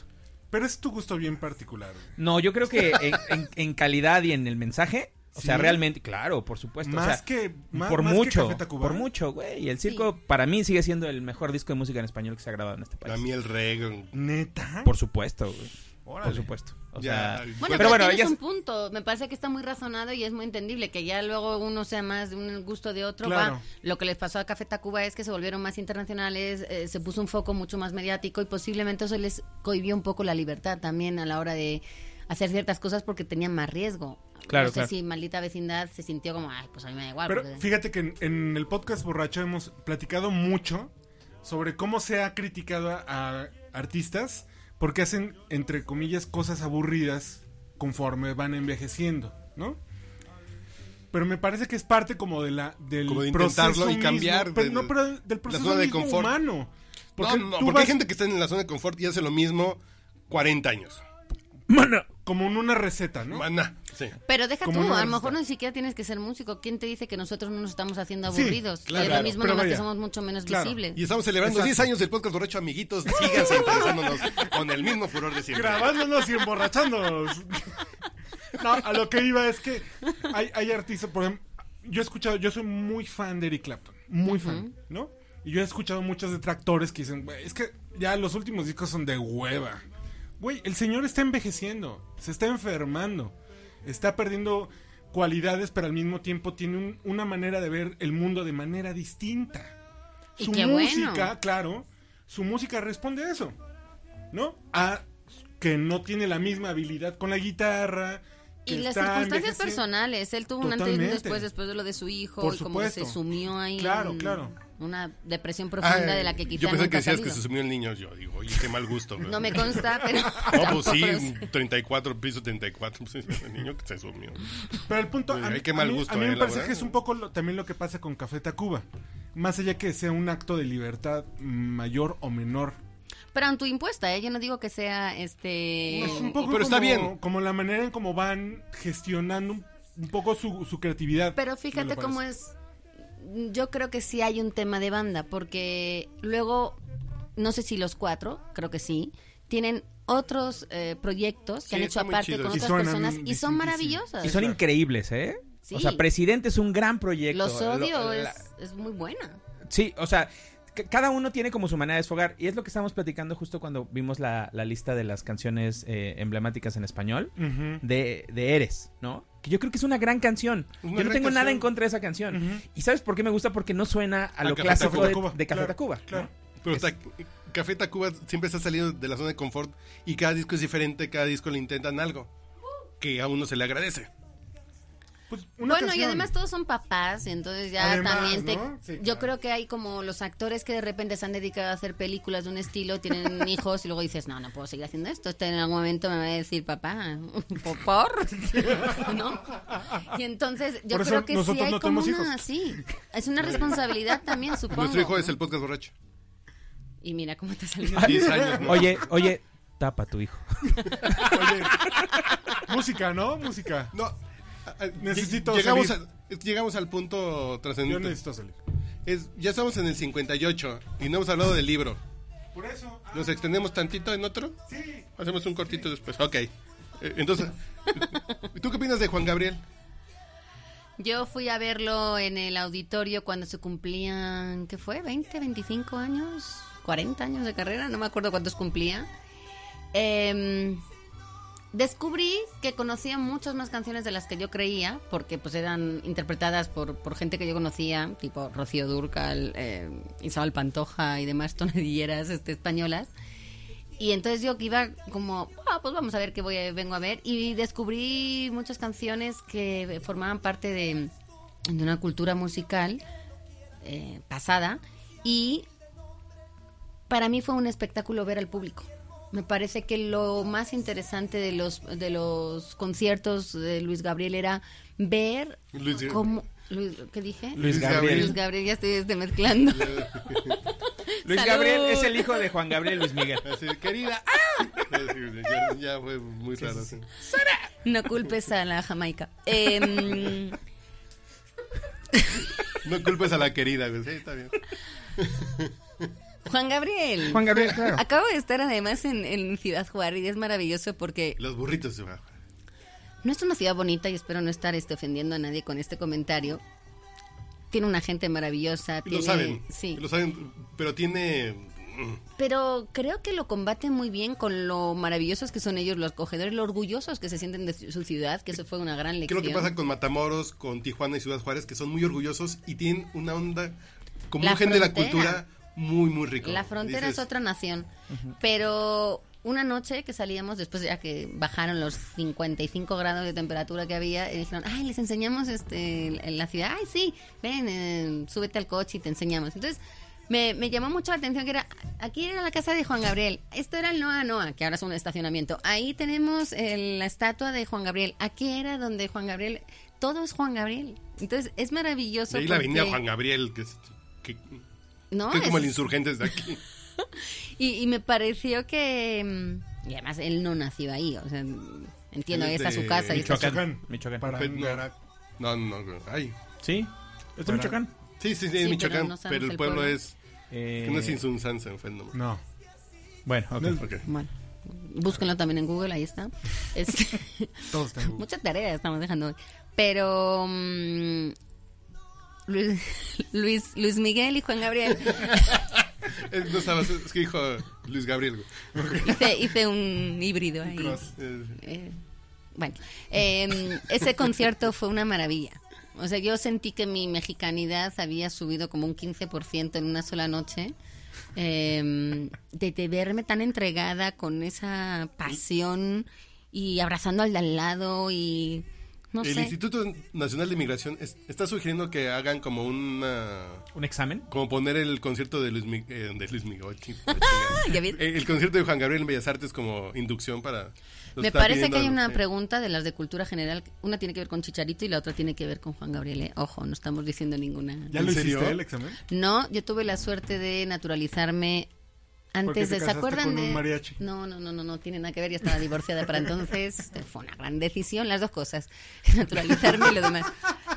Pero es tu gusto bien particular. güey. No, yo creo que en, en- en calidad y en el mensaje, o sea, Sí. realmente, claro, por supuesto. o Más sea, que- más- por más que mucho, Café Tacuba. por mucho, güey. Y el circo, para mí, sigue siendo el mejor disco de música en español que se ha grabado en este país. Para mí el reggae. ¿Neta? Por supuesto, güey. Órale. Por supuesto. O Ya, sea, Bueno, bueno, pero, bueno, tienes ya un es- punto. Me parece que está muy razonado y es muy entendible que ya luego uno sea más de un gusto de otro. Claro. Va. Lo que les pasó a Café Tacuba es que se volvieron más internacionales, eh, se puso un foco mucho más mediático y posiblemente eso les cohibió un poco la libertad también a la hora de hacer ciertas cosas porque tenían más riesgo. Claro, no sé claro. si maldita vecindad se sintió como, ay, pues a mí me da igual. Pero porque- fíjate que en, en el podcast borracho hemos platicado mucho sobre cómo se ha criticado a, a artistas porque hacen, entre comillas, cosas aburridas conforme van envejeciendo, ¿no? Pero me parece que es parte como de la del Como de proceso intentarlo y mismo, cambiar pero de- no, pero del proceso zona de mismo confort. humano. Porque, no, no, tú porque hay vas gente que está en la zona de confort y hace lo mismo 40 años. como en una receta, ¿no? Maná. Sí. Pero deja Como tú, una a lo mejor artista. no ni siquiera tienes que ser músico. ¿Quién te dice que nosotros no nos estamos haciendo Sí, aburridos? claro, es lo claro. mismo, Pero nomás que vaya. somos mucho menos Claro. visibles. Y estamos celebrando Exacto. 10 años del podcast borracho, amiguitos. Síganse interesándonos con el mismo furor de siempre. grabándonos y emborrachándonos. No, a lo que iba es que hay, hay artistas, por ejemplo, yo he escuchado, yo soy muy fan de Eric Clapton, muy fan, ¿no? Y yo he escuchado muchos detractores que dicen, "Güey, es que ya los últimos discos son de hueva. Güey, el señor está envejeciendo, se está enfermando, está perdiendo cualidades, pero al mismo tiempo tiene un- una manera de ver el mundo de manera distinta. Y Su qué bueno. música, claro, su música responde a eso. ¿no? A que no tiene la misma habilidad con la guitarra, Y que las está circunstancias envejeciendo. personales, él tuvo un antes y un Totalmente. después, después de lo de su hijo, Por y como que se supuesto. sumió ahí Claro, en claro. una depresión profunda Ah, de la que Yo quizá pensé que nunca ha decías que salido. se sumió el niño. Yo digo, oye, qué mal gusto. güey. No me consta, pero... No, pues sí, tampoco es- 34, piso 34. Pues, el niño que se sumió. Pero el punto, a, Ay, mí- qué a mal mí, gusto, a mí eh, me la parece verdad. que es un poco lo- también lo que pasa con Café Tacuba. Más allá que sea un acto de libertad mayor o menor. Pero en tu impuesta, ¿eh? yo no digo que sea este... Es un poco pero como, está bien. como la manera en cómo van gestionando un, un poco su, su creatividad. Pero fíjate me lo cómo parece. es. Yo creo que sí hay un tema de banda, porque luego, no sé si los cuatro, creo que sí, tienen otros eh, proyectos que Sí, han hecho está muy aparte chido. con Y otras suenan personas y son distintísimo. maravillosas. Y son increíbles, ¿eh? Sí. O sea, Presidente es un gran proyecto. los odio Lo- la- es, es muy buena. Sí, o sea, c- cada uno tiene como su manera de desfogar. Y es lo que estábamos platicando justo cuando vimos la, la lista de las canciones eh, emblemáticas en español Ujú. de, de Eres, ¿no? Que yo creo que es una gran canción. Una yo no gran tengo nada canción. en contra de esa canción. Ujú. ¿Y sabes por qué me gusta? Porque no suena a, A lo Café clásico de, Tacuba, de Café claro, Tacuba. claro. Pero ta- Café Tacuba siempre está saliendo de la zona de confort y cada disco es diferente, cada disco le intentan algo que a uno se le agradece. Pues, una Bueno, y canción. además todos son papás, entonces ya Además, también te... ¿no? Sí, yo claro. creo que hay como los actores que de repente se han dedicado a hacer películas de un estilo, tienen hijos y luego dices, no, no puedo seguir haciendo esto, este en algún momento me va a decir papá, ¿po- ¿por? ¿No? Y entonces yo Por eso creo que sí nosotros hay no como tenemos una... hijos. Sí, es una responsabilidad también, supongo. Nuestro hijo es ¿no? el podcast borracho. Y mira cómo te salió. 10 años. ¿no? Oye, oye, tapa a tu hijo. Música, ¿no? Música. No, a- a- Necesito llegamos, salir. al- es- llegamos al punto Yo trascendente. necesito salir. Es- ya estamos en el 58 y no hemos hablado del libro. Por eso. ah, ¿Nos extendemos tantito en otro? sí. Hacemos un cortito después. Ok. Eh, Entonces, ¿tú qué opinas de Juan Gabriel? Yo fui a verlo en el auditorio cuando se cumplían, ¿qué fue? ¿20, 25 años? ¿40 años de carrera? No me acuerdo cuántos cumplía. Em, descubrí que conocía muchas más canciones de las que yo creía, porque pues eran interpretadas por, por gente que yo conocía, tipo Rocío Durcal, eh, Isabel Pantoja y demás tonadilleras este, españolas. Y entonces yo que iba como, ah, pues vamos a ver qué voy a- vengo a ver. Y descubrí muchas canciones que formaban parte de, de una cultura musical eh, pasada. Y para mí fue un espectáculo ver al público. Me parece que lo más interesante de los, de los conciertos de Luis Gabriel era ver Luis Gabriel. cómo... Luis- ¿Qué dije? Luis Gabriel. Luis Gabriel, ya estoy este, mezclando. Luis Salud. Gabriel es el hijo de Juan Gabriel Luis Miguel. Así, querida. ¡ah! Ya, ya fue muy raro. sí. No culpes a la Jamaica. Em, No culpes a la querida. güey. Sí, está bien. Juan Gabriel. Juan Gabriel, claro. Acabo de estar además en, en Ciudad Juárez y es maravilloso porque Los burritos. güey. no es una ciudad bonita y espero no estar este, ofendiendo a nadie con este comentario. Tiene una gente maravillosa. Lo tiene- saben. Sí. Lo saben. Pero tiene. Pero creo que lo combaten muy bien con lo maravillosos que son ellos, los acogedores, lo orgullosos que se sienten de su ciudad, que eso fue una gran ¿Qué es lección. lo que pasa con Matamoros, con Tijuana y Ciudad Juárez? Que son muy orgullosos y tienen una onda como La un gen de la frontera. cultura muy, muy rico. La frontera Dices, es otra nación. Pero una noche que salíamos, después ya que bajaron los 55 grados de temperatura que había, y dijeron, ay, les enseñamos este, en la ciudad. Ay, sí, ven, eh, súbete al coche y te enseñamos. Entonces, me, me llamó mucho la atención que era, aquí era la casa de Juan Gabriel, esto era el Noa Noa, que ahora es un estacionamiento. Ahí tenemos eh, la estatua de Juan Gabriel, aquí era donde Juan Gabriel, todo es Juan Gabriel. Entonces, es maravilloso. de ahí la avenida porque- Juan Gabriel, que es, que, ¿no? que es como Es- el insurgente de aquí. Y, y me pareció que. mm, Y además él no nació ahí, o sea, mm, entiendo, Él ahí es está su de casa. y está su- Michoacán. Michoacán. Para Pues, no. Nara- No, no, no. Ay. Sí, es de Para- Michoacán. Sí, sí, sí, pero en Michoacán. no Pero, sabemos el, el pueblo, pueblo. es. Eh, Que no es Insunsanza, fue el nombre. No. Bueno, ok. No. Ok. Bueno, búsquenlo también en Google, ahí está. Este, Todos están en Google. mucha tarea estamos dejando hoy. Pero. mm, Luis, Luis, Luis Miguel y Juan Gabriel. Eh, No estabas, es que dijo Luis Gabriel. güey. Hice, hice un híbrido ahí. Eh, Eh, bueno, eh, ese concierto fue una maravilla. O sea, yo sentí que mi mexicanidad había subido como un 15% en una sola noche. em, eh, de, de verme tan entregada con esa pasión y abrazando al de al lado y no el sé. Instituto Nacional de Migración es- está sugiriendo que hagan como una... ¿Un examen? Como poner el concierto de Luis Miguel... de Luis Miguel, oh, chi- ¿Ya ves? el, el concierto de Juan Gabriel en Bellas Artes como inducción para... los Me está parece pidiendo que hay algo, una sí. pregunta de las de cultura general. Una tiene que ver con Chicharito y la otra tiene que ver con Juan Gabriel. ¿eh? Ojo, no estamos diciendo ninguna. ¿Ya ¿En lo serio? hiciste el examen? No, yo tuve la suerte de naturalizarme ¿Por qué antes te de. ¿Se casaste acuerdan con de.? un mariachi? No, no, no, no, no tiene nada que ver. Ya estaba divorciada para entonces. Este, Fue una gran decisión, las dos cosas. Naturalizarme y lo demás.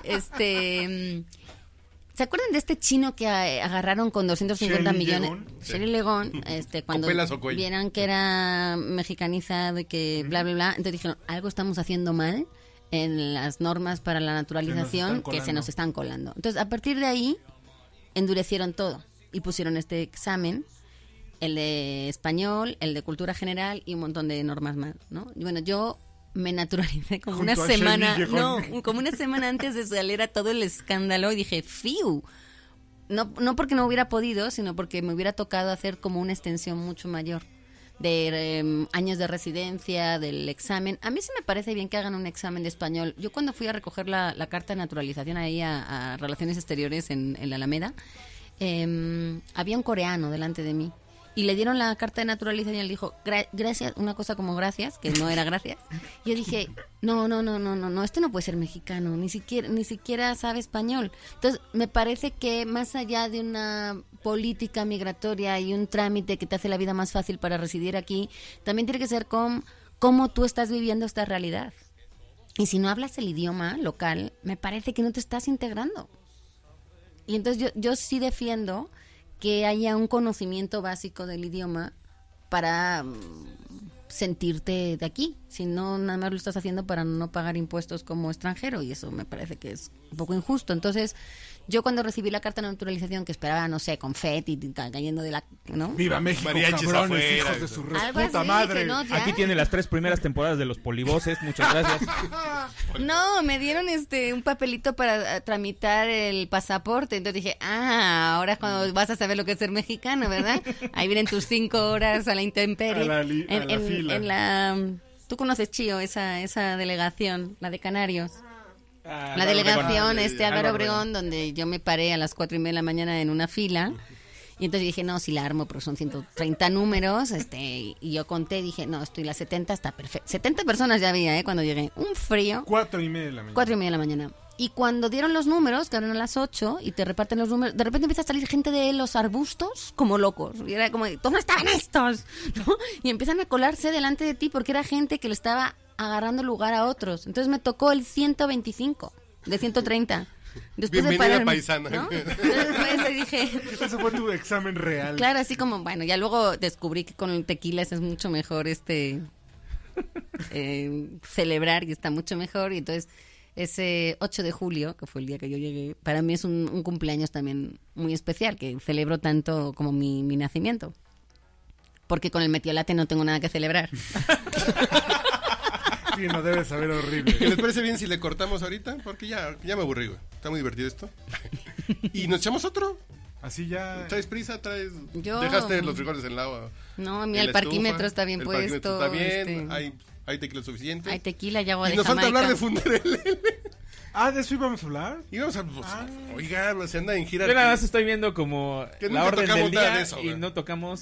Este. mm, ¿Se acuerdan de este chino que a- agarraron con 250 Shelly millones? Legón. Shelly Legón, este, cuando pelas o cuello. vieran que era mexicanizado y que bla, bla, bla, entonces dijeron, algo estamos haciendo mal en las normas para la naturalización que se colando. nos están colando. Entonces, a partir de ahí, endurecieron todo y pusieron este examen, el de español, el de cultura general y un montón de normas más, ¿no? Y bueno, yo me naturalicé como Junto una a Shelly semana, Llegón. no, un- como una semana antes de salir a todo el escándalo y dije, "Fiu." No, no porque no hubiera podido, sino porque me hubiera tocado hacer como una extensión mucho mayor de em, años de residencia, del examen. A mí sí me parece bien que hagan un examen de español. Yo cuando fui a recoger la, la carta de naturalización ahí a, a Relaciones Exteriores en, en la Alameda, em, había un coreano delante de mí. Y le dieron la carta de naturalización y él dijo, "Gra- gracias, una cosa como gracias, que no era gracias. Yo dije, no, no, no, no, no, no, este no puede ser mexicano, ni siquiera, ni siquiera sabe español. Entonces, me parece que más allá de una política migratoria y un trámite que te hace la vida más fácil para residir aquí, también tiene que ser con cómo tú estás viviendo esta realidad. Y si no hablas el idioma local, me parece que no te estás integrando. Y entonces yo, yo sí defiendo que haya un conocimiento básico del idioma para mm, sentirte de aquí. Si no, nada más lo estás haciendo para no pagar impuestos como extranjero y eso me parece que es un poco injusto. Entonces, yo cuando recibí la carta de naturalización que esperaba, no sé, confeti ca- cayendo de la... ¿no? ¡Viva México, Mariachis cabrones, afuera, hijos de Ah, güey. su re- Algo puta así, madre! que no, ya. Aquí tiene las tres primeras temporadas de los polivoces. Muchas gracias. No, me dieron este un papelito para eh, tramitar el pasaporte. Entonces dije, ah, ahora es Mm. cuando vas a saber lo que es ser mexicano, ¿verdad? Ahí vienen tus cinco horas a la intemperie. A la li- a la fila. en la- mm, Tú conoces, Chío, esa, esa delegación, la de Canarios. La delegación, este Álvaro Obregón, donde yo me paré a las cuatro y media de la mañana en una fila. Y entonces dije, no, si la armo, porque son 130 números. este Y yo conté, dije, no, estoy las 70, está perfecto. 70 personas ya había, ¿eh? Cuando llegué. Un frío. Cuatro y media de la mañana. Cuatro y media de la mañana. Y cuando dieron los números, que eran a las ocho, y te reparten los números, de repente empieza a salir gente de los arbustos como locos. Y era como, ¿dónde estaban estos? ¿No? Y empiezan a colarse delante de ti porque era gente que le estaba agarrando lugar a otros. Entonces me tocó el 125 de 130. Después Bienvenida, de pararme, paisana. ¿no? Entonces dije, Ese fue tu examen real. claro, así como, bueno, ya luego descubrí que con el tequila es mucho mejor este eh, celebrar y está mucho mejor. Y entonces, ese 8 de julio, que fue el día que yo llegué, para mí es un, un cumpleaños también muy especial, que celebro tanto como mi, mi nacimiento. Porque con el metiolate no tengo nada que celebrar. Sí, no debes saber ¿Y horrible. les parece bien si le cortamos ahorita? Porque ya, ya me aburrí, güey. Está muy divertido esto. ¿Y nos echamos otro? Así ya. ¿Traes prisa? ¿Traes...? Yo- Dejaste los frijoles en la agua. No, mira, el en la parquímetro estufa, está bien el puesto. parquímetro está bien, este, hay, hay tequila suficiente. hay tequila y agua y de nos falta Jamaica. hablar de Fundarelele. Ah, de eso íbamos a hablar. Y vamos a... pues, Oiga, se anda en gira. Yo nada más estoy viendo como Que la nunca orden tocamos del nada día de eso, y güey. no tocamos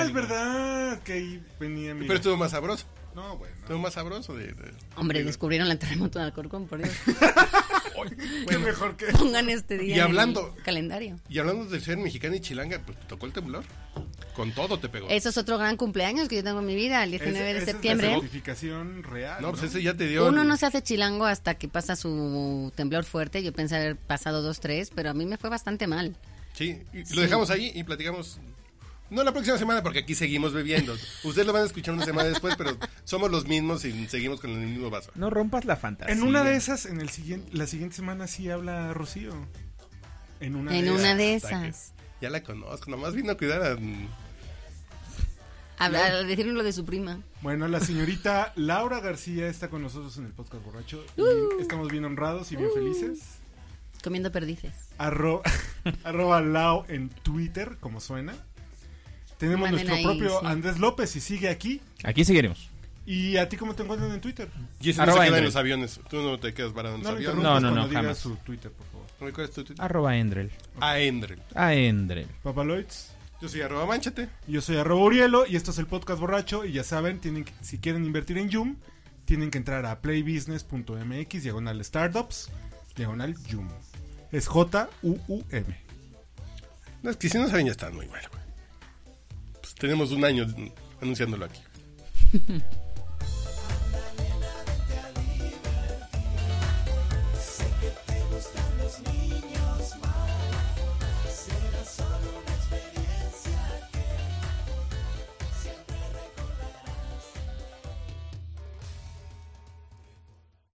Ah, es ninguna. verdad. Que ahí venía mi. Pero estuvo más sabroso. No, bueno. Estuvo más sabroso de... de- Hombre, descubrieron la terremoto de Alcorcón, por Dios. Qué mejor que. Pongan este día Y en el hablando- calendario. Y hablando de ser mexicana y chilanga, pues te tocó el temblor. Con todo te pegó. Eso es otro gran cumpleaños que yo tengo en mi vida, el 19 Ese- esa de es la septiembre. certificación real. No, No, pues ese ya te dio... Uno el- no se hace chilango hasta que pasa su temblor fuerte. Yo pensé haber pasado dos, tres, pero a mí me fue bastante mal. Sí, y lo dejamos ahí y platicamos. No la próxima semana, porque aquí seguimos bebiendo. Ustedes lo van a escuchar una semana después, pero somos los mismos y seguimos con el mismo vaso. No rompas la fantasía. En una de esas, en el siguiente, la siguiente semana sí habla Rocío. En una en de una esas. de Hasta esas. que- Ya la conozco, nomás vino a cuidar a. Habla- Al decirme lo de su prima. Bueno, la señorita Laura García está con nosotros en el podcast borracho. Uh. y estamos bien honrados y bien felices. Comiendo perdices. Arro- arroba Lao en Twitter, como suena. Tenemos Manden nuestro ahí, propio sí. Andrés López y sigue aquí. Aquí seguiremos. ¿Y a ti cómo te encuentran en Twitter? Jason no se Arroba queda en Endel. los aviones. Tú no te quedas varado en No, los Ah, lo aviones. interrumpas No, no, no, cuando digas jamás. su Twitter, por favor. ¿Cuál es tu Twitter? Arroba Endrel. A Endrel. A Endrel. Papaloids. Yo soy arroba manchate. Yo soy arroba Urielo y esto es el podcast borracho. Y ya saben, tienen que- si quieren invertir en Yum, tienen que entrar a playbusiness.mx, diagonal startups, diagonal Yum. Es J-U-U-M. No, es que si no saben ya están muy mal, güey. Pues tenemos un año anunciándolo aquí.